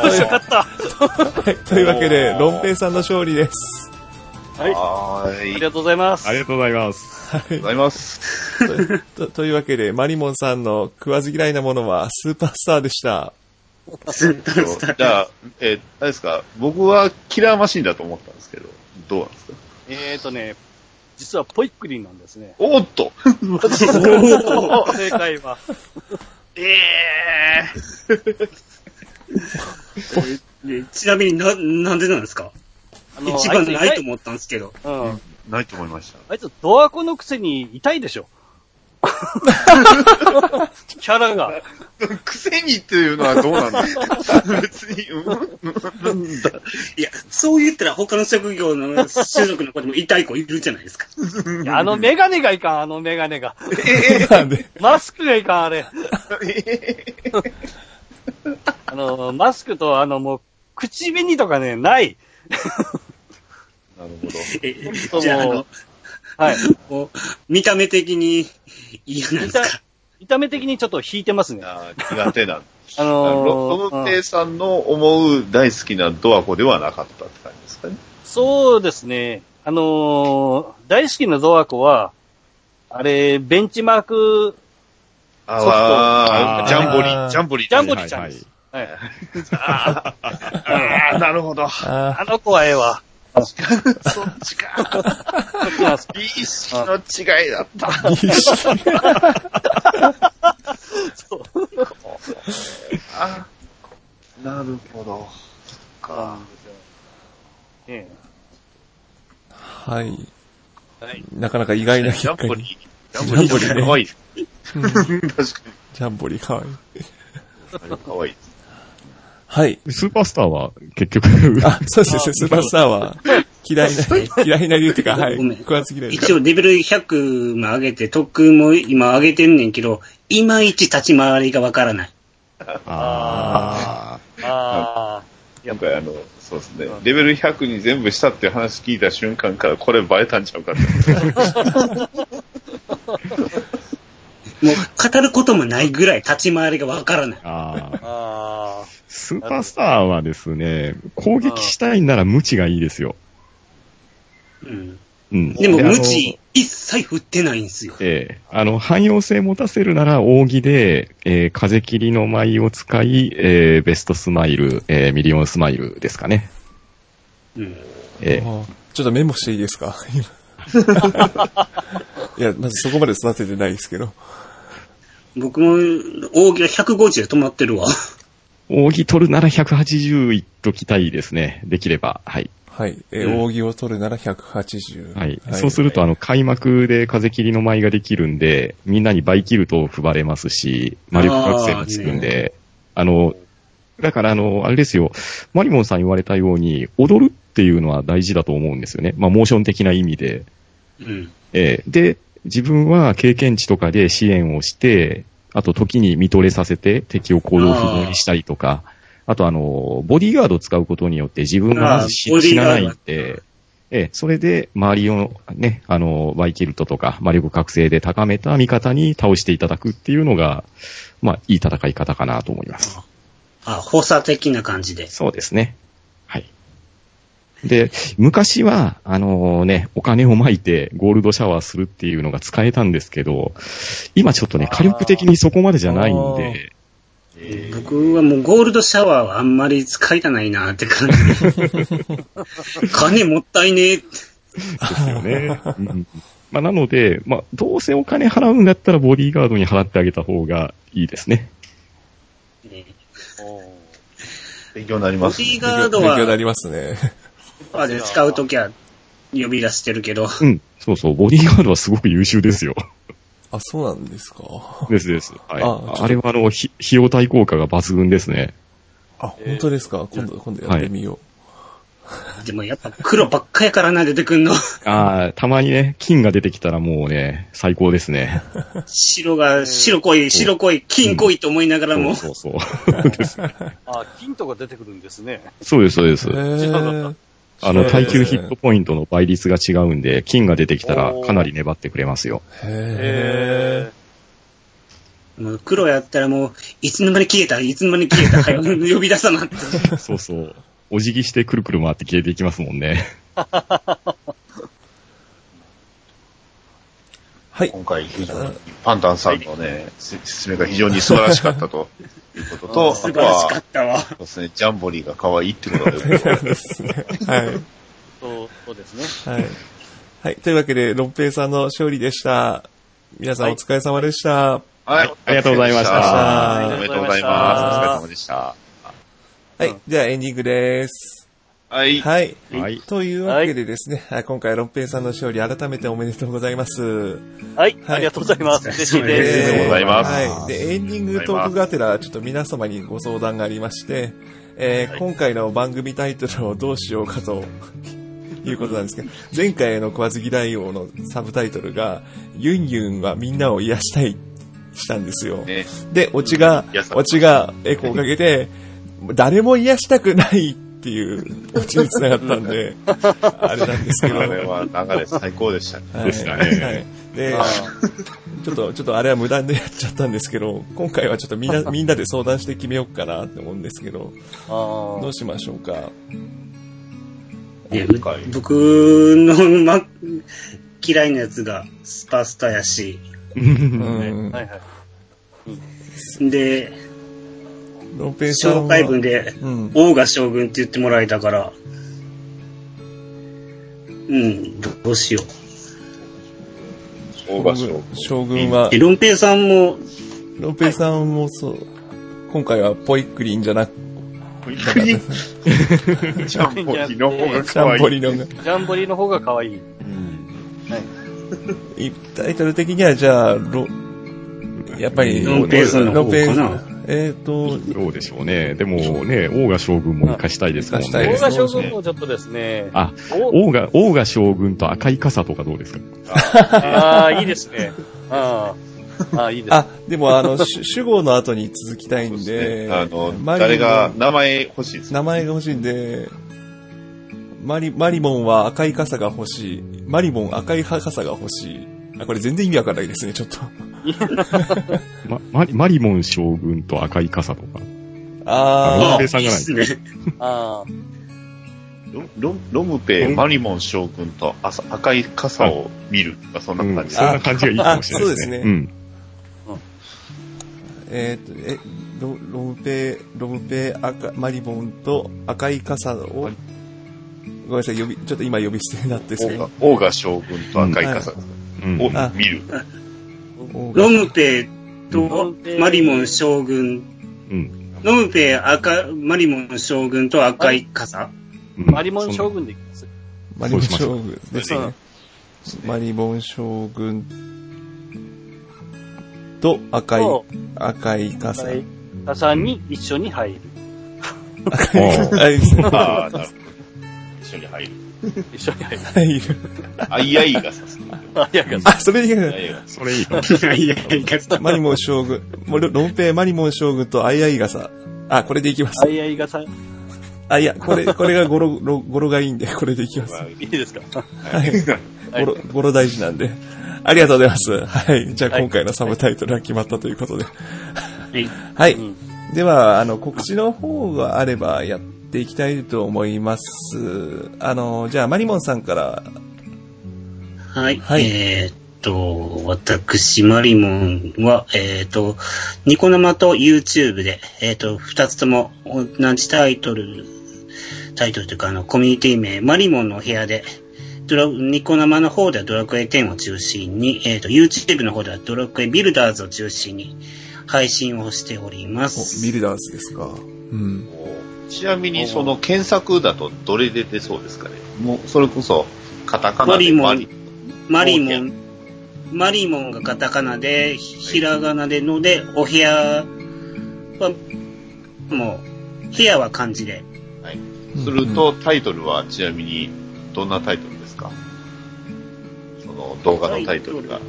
[SPEAKER 3] い。
[SPEAKER 5] よし、よかった
[SPEAKER 3] はいというわけで、ロンペイさんの勝利です。
[SPEAKER 6] はーい。あ
[SPEAKER 5] あ
[SPEAKER 6] りが
[SPEAKER 5] り
[SPEAKER 6] と
[SPEAKER 5] がとうございます。
[SPEAKER 7] ありがとうございます。
[SPEAKER 6] うございます。
[SPEAKER 3] とというわけで、マリモンさんの食わず嫌いなものはスーパースターでした。
[SPEAKER 4] スーパースター。
[SPEAKER 6] じゃあ、えー、あれですか、僕はキラーマシンだと思ったんですけど、どうなんですか
[SPEAKER 5] えーとね、実はポイックリンなんですね。
[SPEAKER 6] おーっと
[SPEAKER 5] 正解は。
[SPEAKER 4] ええーえーちなみにな、なんでなんですか
[SPEAKER 5] あの
[SPEAKER 4] 一番ないと
[SPEAKER 5] あい
[SPEAKER 4] 思ったんですけど。
[SPEAKER 5] つうん。
[SPEAKER 6] ないと思いました。
[SPEAKER 5] あいつ、ドアコのくせに痛いでしょ。キャラが。
[SPEAKER 6] くせにっていうのはどうなんだ別に、うん、うんだ
[SPEAKER 4] いや、そう言ったら他の職業の 種族の子でも痛い子いるじゃないですか。
[SPEAKER 5] いやあのメガネがいかん、あのメガネが。
[SPEAKER 3] なんで、
[SPEAKER 5] マスクがいかん、あ れ。あの、マスクと、あの、もう、口紅とかね、ない。
[SPEAKER 6] なるほど。
[SPEAKER 4] え
[SPEAKER 5] そう
[SPEAKER 4] じゃあ、あの、
[SPEAKER 5] はい。
[SPEAKER 4] こう見た目的に嫌なんです
[SPEAKER 5] 痛
[SPEAKER 4] か。
[SPEAKER 5] 痛め的にちょっと引いてますね。
[SPEAKER 6] あー苦手なんだ。
[SPEAKER 5] あ
[SPEAKER 6] ロ
[SPEAKER 5] の
[SPEAKER 6] ロム
[SPEAKER 5] ー
[SPEAKER 6] ペイさんの思う大好きなドアコではなかったって感じですかね。
[SPEAKER 5] そうですね。あのー大好きなゾアコは、あれ、ベンチマーク、そう
[SPEAKER 6] ああ、ジャンボリ
[SPEAKER 3] あ
[SPEAKER 6] ー、
[SPEAKER 3] ー
[SPEAKER 6] ジャンボリー
[SPEAKER 5] ジャン
[SPEAKER 6] ボ
[SPEAKER 5] ボリちゃんです。はい
[SPEAKER 6] ああ、なるほど。
[SPEAKER 3] あ
[SPEAKER 5] あの子はええ わ。
[SPEAKER 6] そっちか。
[SPEAKER 5] そっちなんすか
[SPEAKER 6] 美意識の違いだった。
[SPEAKER 3] あ、いいし
[SPEAKER 6] あなるほど。か。
[SPEAKER 5] え
[SPEAKER 3] はい。
[SPEAKER 5] はい
[SPEAKER 3] なかなか意外な
[SPEAKER 6] ジ
[SPEAKER 3] 結
[SPEAKER 6] ャ
[SPEAKER 3] 果
[SPEAKER 6] ンボ
[SPEAKER 3] に。
[SPEAKER 6] リー、ジャンボリー、かわいい。確か
[SPEAKER 3] ジャンボリー、かわいい。
[SPEAKER 6] に。かわいい。
[SPEAKER 3] はい。
[SPEAKER 7] スーパースターは結局、
[SPEAKER 3] あ、そうですね、スーパースターは、嫌いな、 嫌いな理由っていうか、はい、
[SPEAKER 4] ごめん
[SPEAKER 3] 食わず嫌いです
[SPEAKER 4] 一応レベル100も上げて、特訓も今上げてんねんけど、いまいち立ち回りがわからない。
[SPEAKER 7] あ
[SPEAKER 5] えあ
[SPEAKER 6] なんかあの、そうですね。レベル100に全部したっていう話聞いた瞬間から、これ映えたんちゃうかって。
[SPEAKER 4] もう語ることもないぐらい立ち回りがわからない
[SPEAKER 7] ー。あー
[SPEAKER 5] あ、あ
[SPEAKER 7] スーパースターはですね、攻撃したいなら無知がいいですよ。
[SPEAKER 4] うん、
[SPEAKER 7] うん。
[SPEAKER 4] でも、
[SPEAKER 7] あの
[SPEAKER 4] 無知、一切振ってないんですよ。
[SPEAKER 7] ええあの、汎用性持たせるなら、扇で、えー風切りの舞を使い、えーベストスマイル、えーミリオンスマイルですかね。
[SPEAKER 4] うん、
[SPEAKER 7] ええ
[SPEAKER 3] あちょっとメモしていいですか 今いや、まずそこまで育ててないですけど。
[SPEAKER 4] 僕も、大喜は150で止まってるわ。
[SPEAKER 7] 扇取るなら180いっときたいですね。できれば。はい。
[SPEAKER 3] はい。えー
[SPEAKER 4] うん
[SPEAKER 3] 扇を取るなら180。
[SPEAKER 7] はい。そうすると、あの、開幕で風切りの舞ができるんで、みんなにバイキルトを配れますし、魔力覚醒もつくんで、あの、だから、あの、あれですよ、マリモンさん言われたように、踊るっていうのは大事だと思うんですよね。まあ、モーション的な意味で。
[SPEAKER 4] うん、
[SPEAKER 7] ええで、自分は経験値とかで支援をして、あと時に見とれさせて敵を行動不能にしたりとか、あとあの、ボディーガードを使うことによって自分がまず
[SPEAKER 4] ああボ
[SPEAKER 7] 死
[SPEAKER 4] ディ
[SPEAKER 7] 死
[SPEAKER 4] ー
[SPEAKER 7] な
[SPEAKER 4] ガード
[SPEAKER 7] ないんで、ええ、それで周りをね、あの、バイキルトとか魔力覚醒で高めた味方に倒していただくっていうのが、まあ、いい戦い方かなと思います。
[SPEAKER 4] あ、補佐的な感じで。
[SPEAKER 7] そうですね。はい。で、昔は、あのね、お金をまいてゴールドシャワーするっていうのが使えたんですけど、今ちょっとね、火力的にそこまでじゃないんで、
[SPEAKER 4] 僕はもうゴールドシャワーはあんまり使いたないなって感じで。金もったいねえ。
[SPEAKER 7] ですよね。うんまあ、なので、まあ、どうせお金払うんだったらボディーガードに払ってあげた方がいいですね。
[SPEAKER 6] 勉強になり
[SPEAKER 4] ボ
[SPEAKER 6] ま
[SPEAKER 4] デ
[SPEAKER 6] す、
[SPEAKER 4] ィー
[SPEAKER 6] ね。
[SPEAKER 4] ガード
[SPEAKER 3] 勉強にな
[SPEAKER 4] は、
[SPEAKER 3] りますね。
[SPEAKER 4] パーで使うときは呼び出してるけど、
[SPEAKER 7] うん。そうそう、ボディーガードはすごく優秀ですよ。
[SPEAKER 3] あ、そうなんですか。
[SPEAKER 7] ですです。はい。
[SPEAKER 3] あ
[SPEAKER 7] ああれはあの、ひ費用対効果が抜群ですね。
[SPEAKER 3] あ、本当ですか今度、今度やってみよ
[SPEAKER 4] でもやっぱ黒ばっかやからな、出てくんの。
[SPEAKER 7] ああ、たまにね、金が出てきたらもうね、最高ですね。
[SPEAKER 4] 白が、白濃い、白濃い、金濃いと思いながらも、
[SPEAKER 7] そうそうそう。です
[SPEAKER 5] あ。あ金とか出てくるんですね。
[SPEAKER 7] そうです、そうで
[SPEAKER 3] う。
[SPEAKER 7] す。
[SPEAKER 3] へー
[SPEAKER 7] あの、耐久ヒットポイントの倍率が違うんで、金が出てきたらかなり粘ってくれま すよ。
[SPEAKER 3] へ
[SPEAKER 4] もう黒やったらもう、いつの間に消えた、いつの間に消えた、早く 呼び出さなって。
[SPEAKER 7] そうそう。お辞儀してくるくる回って消えていきますもんね。
[SPEAKER 3] はい。
[SPEAKER 6] 今回、非常にパンダンさんのね、す説明が非常に素晴らしかったということと、
[SPEAKER 4] 素
[SPEAKER 6] あ
[SPEAKER 4] 晴
[SPEAKER 6] と
[SPEAKER 4] らし
[SPEAKER 6] は、
[SPEAKER 4] か
[SPEAKER 6] そ
[SPEAKER 4] ったわ。
[SPEAKER 6] うですね、ジャンボリーが可愛いってことがよくわかりました
[SPEAKER 3] はい。
[SPEAKER 5] そう、そうですね。
[SPEAKER 3] はい。はい。というわけで、ロンペイさんの勝利でした。皆さんお疲れ様でした。
[SPEAKER 6] はい
[SPEAKER 7] ありがとうございました
[SPEAKER 6] ありがとうございます。お疲れ様でした。
[SPEAKER 3] はい。じゃあエンディングです。
[SPEAKER 6] はい。
[SPEAKER 3] はい。
[SPEAKER 7] はい。
[SPEAKER 3] というわけでですね、はい今回、六平さんの勝利、改めておめでとうございます。
[SPEAKER 5] はい、ありがとうござい ます。嬉しい
[SPEAKER 6] あり
[SPEAKER 5] です。
[SPEAKER 6] がとうございます
[SPEAKER 3] はい。で、エンディングトークがてら、ちょっと皆様にご相談がありまして、えー今回の番組タイトルをどうしようかと。 いうことなんですけど、前回の小豆大王のサブタイトルが、ユンユンはみんなを癒したい、したんですよ。
[SPEAKER 6] ね、
[SPEAKER 3] で、オチが
[SPEAKER 6] 癒され、た
[SPEAKER 3] オチがエコーかけて、誰も癒したくないっていうオチにつながったんで、あれなんです
[SPEAKER 6] あ
[SPEAKER 3] けど。
[SPEAKER 6] れは流れ最高でしたね。
[SPEAKER 3] はい
[SPEAKER 7] ですかね
[SPEAKER 3] はい。で、ちょっと、ちょっとあれは無断でやっちゃったんですけど、今回はちょっとみんな、みんなで相談して決めようかなって思うんですけど、
[SPEAKER 5] あー
[SPEAKER 3] どうしましょうか。
[SPEAKER 4] ね
[SPEAKER 6] 今回
[SPEAKER 4] 僕の、ま、嫌いなやつがスパスタやし、
[SPEAKER 3] うん。
[SPEAKER 5] はいはい。
[SPEAKER 4] で、
[SPEAKER 3] ロンペイさん
[SPEAKER 4] 紹
[SPEAKER 3] は
[SPEAKER 4] 介文で、
[SPEAKER 3] うん。
[SPEAKER 4] 王が将軍って言ってもらえたから、うん、どうしよ
[SPEAKER 6] 大場所。
[SPEAKER 3] 将軍は
[SPEAKER 4] う。え、、ロンペイさんも、
[SPEAKER 3] ロンペイさんもそう、今回はポイクリンじゃなく、
[SPEAKER 6] ジャンボリの方が
[SPEAKER 3] シ
[SPEAKER 6] 可
[SPEAKER 3] ャ
[SPEAKER 6] 愛
[SPEAKER 3] ン
[SPEAKER 6] い
[SPEAKER 3] ポ。リのが、
[SPEAKER 5] ジャンボリーの方が可愛い。
[SPEAKER 3] いタイトル的にはじゃあ、ロ、やっぱり、
[SPEAKER 4] ロンペイさんの
[SPEAKER 3] ロ
[SPEAKER 4] 方
[SPEAKER 3] ンペイ
[SPEAKER 4] かな。
[SPEAKER 3] えっ、と、
[SPEAKER 7] どうでしょうね。でもね、王が将軍も生かしたいですもん
[SPEAKER 3] 生かしたいで
[SPEAKER 5] 大
[SPEAKER 7] ね
[SPEAKER 3] す。
[SPEAKER 5] 賀将軍もちょっとですね。
[SPEAKER 7] あ、
[SPEAKER 5] お
[SPEAKER 7] 王が、王が将軍と赤い傘とかどうですか
[SPEAKER 5] あー、いいですね。あーあー、いいです。
[SPEAKER 3] あ、でもあの、主主語の後に続きたいんで、
[SPEAKER 6] あ
[SPEAKER 3] マ
[SPEAKER 6] の、
[SPEAKER 3] リモン
[SPEAKER 6] 誰が名前欲しいですか
[SPEAKER 3] 名前が欲しいんで、マリ、マリモンは赤い傘が欲しい。マリモン赤い傘が欲しい。あ、これ全然意味わかんないですね、ちょっと。
[SPEAKER 7] ま、マリマリモン将軍と赤い傘とか。
[SPEAKER 3] あ
[SPEAKER 7] ロン
[SPEAKER 4] あ、
[SPEAKER 7] ペ
[SPEAKER 4] い
[SPEAKER 7] イさん
[SPEAKER 4] い
[SPEAKER 7] が
[SPEAKER 4] っ
[SPEAKER 7] ない
[SPEAKER 4] すね。
[SPEAKER 5] あー
[SPEAKER 6] ロロロムペイ、マリモン将軍とあさ赤い傘を見るとか、そんな
[SPEAKER 7] う
[SPEAKER 6] 感
[SPEAKER 7] ん、
[SPEAKER 6] じ
[SPEAKER 7] そんな感じがいいかもしれないですね。
[SPEAKER 3] あそう
[SPEAKER 7] う
[SPEAKER 3] で
[SPEAKER 7] ん。
[SPEAKER 3] ー、えっ、と、え、ロロムペイ、ロムペイ赤、マリモンと赤い傘を、ごめんなさい、呼び、ちょっと今呼び捨てになってすみ
[SPEAKER 6] 王
[SPEAKER 3] ま
[SPEAKER 6] が王が将軍と赤い傘
[SPEAKER 7] うん。
[SPEAKER 6] を
[SPEAKER 3] あ
[SPEAKER 6] 見る。
[SPEAKER 3] せん
[SPEAKER 4] ロムペイ
[SPEAKER 5] ロ
[SPEAKER 4] と
[SPEAKER 5] ンペイ
[SPEAKER 4] マリモン将軍。
[SPEAKER 7] うん。
[SPEAKER 4] ロムペイ赤、マリモン将軍と赤い傘
[SPEAKER 7] うん
[SPEAKER 5] マリモン将軍でいきます。
[SPEAKER 3] マリモン将軍
[SPEAKER 6] そう
[SPEAKER 3] で
[SPEAKER 6] し
[SPEAKER 3] す
[SPEAKER 6] ましょう
[SPEAKER 3] ね。マリモン将軍と赤い、
[SPEAKER 5] と
[SPEAKER 3] 赤い傘。
[SPEAKER 5] はい傘に一緒に入る。
[SPEAKER 7] そんなおう
[SPEAKER 3] あいいですね。
[SPEAKER 6] ああ、なるほど。一緒に入る。
[SPEAKER 5] 一緒に入る。
[SPEAKER 3] はい
[SPEAKER 6] あいあいがさす。
[SPEAKER 5] あ、 いや、傘
[SPEAKER 3] あ、それ
[SPEAKER 6] あ
[SPEAKER 3] で、
[SPEAKER 6] いあいが
[SPEAKER 7] それいいかも。
[SPEAKER 4] いやいやいや、
[SPEAKER 3] マリモン将軍、もうロロンペイマリモン将軍とアイアイ傘。あ、これでいきます
[SPEAKER 5] あ。いあい傘、い
[SPEAKER 3] あ、いや、これ、これがゴロ、ロゴロがいいんで、これでいきます。
[SPEAKER 5] いですか。
[SPEAKER 3] ゴロ、ゴロ大事なんで。ありがとうございます。はい。じゃあ今回のサブタイトルは決まったということで。
[SPEAKER 4] い
[SPEAKER 3] はい。
[SPEAKER 5] うん
[SPEAKER 3] では、あの、告知の方があればやっていきたいと思います。あの、じゃあ、マリモンさんから、
[SPEAKER 4] はい。
[SPEAKER 3] はい
[SPEAKER 4] えーっと、私、マリモンは、えーっと、ニコ生と YouTube で、えーっと、二つとも同じタイトル、タイトルというか、あの、コミュニティ名、マリモンの部屋で、ドラニコ生の方ではドラクエ10を中心に、えーっと、YouTube の方ではドラクエビルダーズを中心に配信をしておりま
[SPEAKER 3] お
[SPEAKER 4] す。
[SPEAKER 3] ビルダーズですか。うん。
[SPEAKER 6] ちなみに、その検索だとどれで出そうですかね。もう、それこそ、カタカナ
[SPEAKER 4] マリ
[SPEAKER 6] で
[SPEAKER 4] モ
[SPEAKER 6] マ
[SPEAKER 4] ン
[SPEAKER 6] リ、
[SPEAKER 4] マリモン、マリモンがカタカナで、ひらがなでので、お部屋は、もう、部屋は漢字で。
[SPEAKER 6] すると、タイトルはちなみに、どんなタイトルですかその動画のタイトルが。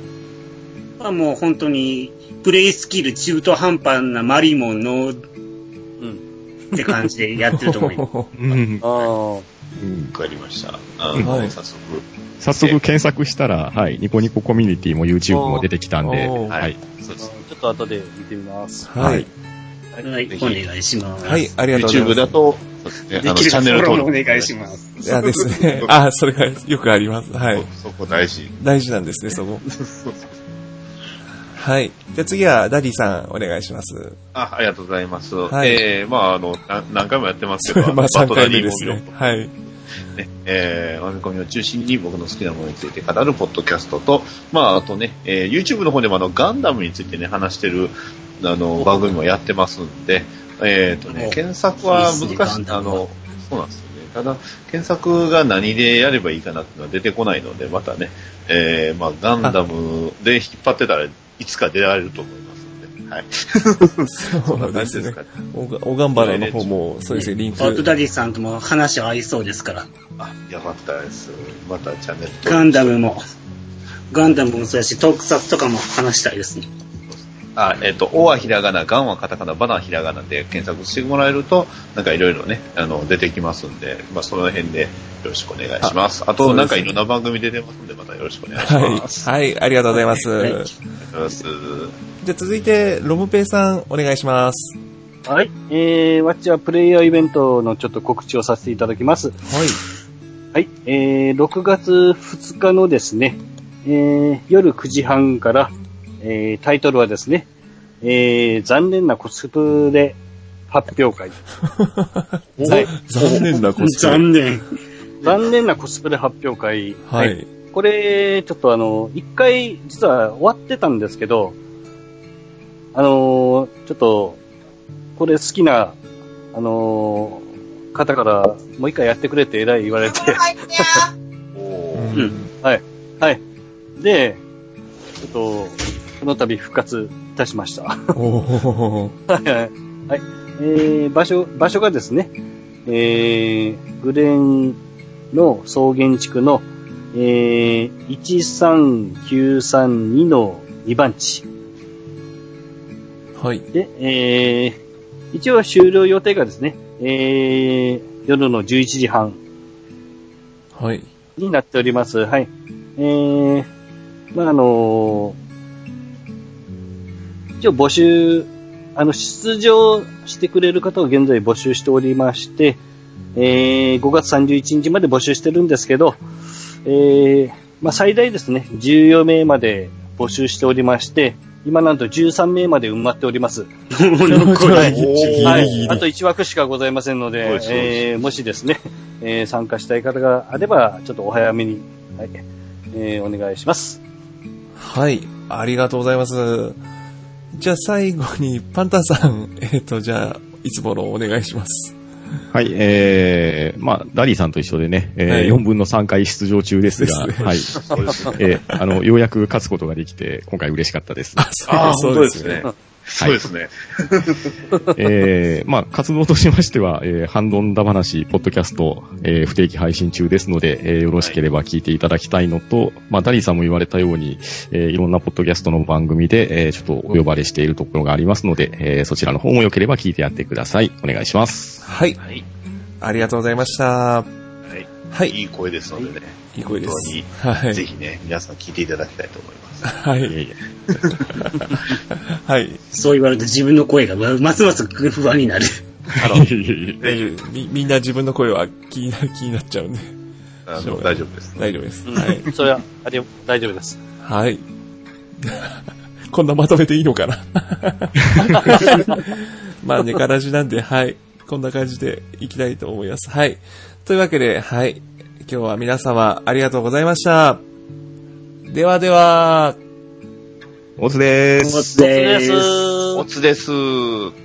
[SPEAKER 4] はもう本当に、プレイスキル中途半端なマリモンの、って感じでやってると 思います。
[SPEAKER 7] うん。
[SPEAKER 5] あ
[SPEAKER 7] うん
[SPEAKER 6] わかりました。あの、
[SPEAKER 3] はい
[SPEAKER 6] 早速。
[SPEAKER 7] 早速検索したら、はい、ニコニココミュニティも YouTube も出てきたんで、
[SPEAKER 3] おー
[SPEAKER 7] はい。
[SPEAKER 6] そうです。
[SPEAKER 5] ーちょっと後で見てみます。
[SPEAKER 3] はい。
[SPEAKER 4] はい、
[SPEAKER 6] ぜ
[SPEAKER 4] お
[SPEAKER 6] ひ
[SPEAKER 4] 願いします。
[SPEAKER 3] はい、ありがとうございます。
[SPEAKER 6] YouTube だと、そうですね、あ
[SPEAKER 4] で
[SPEAKER 6] の、
[SPEAKER 4] き
[SPEAKER 6] チ
[SPEAKER 4] ると
[SPEAKER 6] ャン
[SPEAKER 4] こ
[SPEAKER 6] ネル登
[SPEAKER 4] ろもお
[SPEAKER 6] 録。
[SPEAKER 4] 願いします。
[SPEAKER 3] いやですね。あ、それがよくあります。はい。
[SPEAKER 6] そこ大事。
[SPEAKER 3] 大事なんですね、そこ。はい。じゃあ次は、ダディさん、お願いします。
[SPEAKER 6] あ、ありがとうございます。
[SPEAKER 3] はい
[SPEAKER 6] えー、まあ、あの、な何回もやってます
[SPEAKER 3] そ
[SPEAKER 6] け
[SPEAKER 3] れ
[SPEAKER 6] ど、
[SPEAKER 3] まあ
[SPEAKER 6] バ
[SPEAKER 3] 3
[SPEAKER 6] トラ
[SPEAKER 3] 回目
[SPEAKER 6] リー
[SPEAKER 3] で
[SPEAKER 6] モ
[SPEAKER 3] す
[SPEAKER 6] ビル
[SPEAKER 3] ね。はい。
[SPEAKER 6] ね、えー、編み込みを中心に僕の好きなものについて語るポッドキャストと、まあ、あとね、えー YouTube の方でもあの、ガンダムについてね、話してる、あの、番組もやってますんで、えっ、とね
[SPEAKER 4] お、
[SPEAKER 6] 検索は
[SPEAKER 4] そうですね
[SPEAKER 6] 難し
[SPEAKER 4] ガン
[SPEAKER 6] い、
[SPEAKER 4] ダ
[SPEAKER 6] あ
[SPEAKER 4] ムは
[SPEAKER 6] の、そうなんですよね。ただ、検索が何でやればいいかなっていうのは出てこないので、またね、えー、まあ、ガンダムで引っ張ってたらいつか出られると思いますんで、はい。
[SPEAKER 3] そう ですね
[SPEAKER 6] か。ね。
[SPEAKER 3] おが、おがんばらの方も、そうですね、リンク。
[SPEAKER 4] バトダディさんとも話合いそうですから。
[SPEAKER 6] あ、よかったです。またチャンネル登録
[SPEAKER 4] ガンダムも、ガンダムもそうやし、特撮とかも話したいですね。
[SPEAKER 6] あ、えっ、と、おはひらがな、がんはカタカナ、ばなはひらがなで検索してもらえると、なんかいろいろね、あの、出てきますんで、まあ、その辺でよろしくお願いします。あ
[SPEAKER 3] そ
[SPEAKER 6] と、
[SPEAKER 3] うですね
[SPEAKER 6] なんかいろんな番組出てますんで、またよろしくお願いし
[SPEAKER 3] はい
[SPEAKER 6] ま。す。
[SPEAKER 3] はい、ありがとうございます。
[SPEAKER 4] はい
[SPEAKER 6] ありがとうございます。
[SPEAKER 3] じゃあ続いて、ロムペイさん、お願いします。
[SPEAKER 5] はい。えー、わっちはプレイヤーイベントのちょっと告知をさせていただきます。
[SPEAKER 3] はい。
[SPEAKER 5] はい。えー、6月2日のですね、えー、夜9時半から、えー、タイトルはですね、えー、残念なコスプレ発表 会。はい。
[SPEAKER 3] 残念なコスプレ。
[SPEAKER 4] 残念。
[SPEAKER 5] 残念なコスプレ発表会。
[SPEAKER 3] はい。
[SPEAKER 5] これ、ちょっとあの、一回、実は終わってたんですけど、あのーちょっと、これ好きな、あのー方から、もう一回やってくれって偉い言わ れて、
[SPEAKER 6] おー
[SPEAKER 4] うん。
[SPEAKER 5] はい。で、ちょっと、この度復活いたしました。は
[SPEAKER 3] おー
[SPEAKER 5] い。 はい。えー、場所、場所がですね、えー、グレーンの草原地区の、えー、13932の2番地。
[SPEAKER 3] はい。
[SPEAKER 5] で、えー、一応終了予定がですね、えー、夜の11時半
[SPEAKER 3] はい。
[SPEAKER 5] になっております。はい。えー、まあ、あのー一応募集、あの、出場してくれる方を現在募集しておりまして、えー、5月31日まで募集してるんですけど、えー、まあ、最大ですね、14名まで募集しておりまして、今なんと13名まで埋ま っております。
[SPEAKER 4] もう残らない。
[SPEAKER 5] は
[SPEAKER 3] ギリギ
[SPEAKER 5] い。
[SPEAKER 3] リ
[SPEAKER 5] あと1枠しかございませんの
[SPEAKER 6] そう
[SPEAKER 5] で
[SPEAKER 6] で、すそうです
[SPEAKER 5] えーもしですね、えー参加したい方があれば、ちょっとお早めに、はい、えーお願いします。
[SPEAKER 3] はい。ありがとうございます。じゃあ最後に、パンタさん、 えっ、と、じゃあ、いつものお願いします。
[SPEAKER 7] はい、えー、まあ、ダリーさんと一緒でね、えー
[SPEAKER 3] はい
[SPEAKER 7] 4分の3回出場中ですが、
[SPEAKER 3] ですね
[SPEAKER 7] はい。
[SPEAKER 6] そうですね。
[SPEAKER 7] えーあの、ようやく勝つことができて、今回嬉しかっ たです。
[SPEAKER 6] ああ、
[SPEAKER 3] そ
[SPEAKER 6] そうう
[SPEAKER 3] で
[SPEAKER 6] ですす
[SPEAKER 3] ね
[SPEAKER 6] ね。そうですね。
[SPEAKER 7] えーまあ、活動としましては、えー、ハンドンダ話、ポッドキャスト、えー不定期配信中ですので、えーよろしければ聞いていただきたいのと、まあ、ダリーさんも言われたように、えーいろんなポッドキャストの番組で、えーちょっとお呼ばれしているところがありますので、えーそちらの方も良ければ聞いてやってください。お願いします。
[SPEAKER 3] はい。
[SPEAKER 6] はい。
[SPEAKER 3] ありがとうございました。
[SPEAKER 6] はい。
[SPEAKER 3] はい。
[SPEAKER 6] いい声ですのでね、
[SPEAKER 3] いい声です。は
[SPEAKER 6] 本当にぜ
[SPEAKER 3] い。
[SPEAKER 6] ひね、皆さん聞いていただきたいと思います。
[SPEAKER 3] はい
[SPEAKER 7] え
[SPEAKER 3] い。
[SPEAKER 7] いえ
[SPEAKER 3] はい。
[SPEAKER 4] そう言われると自分の声がますます不安になる。
[SPEAKER 6] あの、
[SPEAKER 3] 大丈夫。み、みんな自分の声は気にな、気になっちゃうんで。
[SPEAKER 6] あの大丈夫です。
[SPEAKER 3] 大丈夫です。
[SPEAKER 5] うん
[SPEAKER 3] はい。
[SPEAKER 5] それは、あれ、大丈夫です。
[SPEAKER 3] はい。 こんなまとめていいのかな まあ、ネカラジなんで、はい。こんな感じでいきたいと思います。はい。というわけで、はい。今日は皆様ありがとうございました。ではでは、
[SPEAKER 7] おつでーす。
[SPEAKER 4] おつでーす。
[SPEAKER 6] おつです。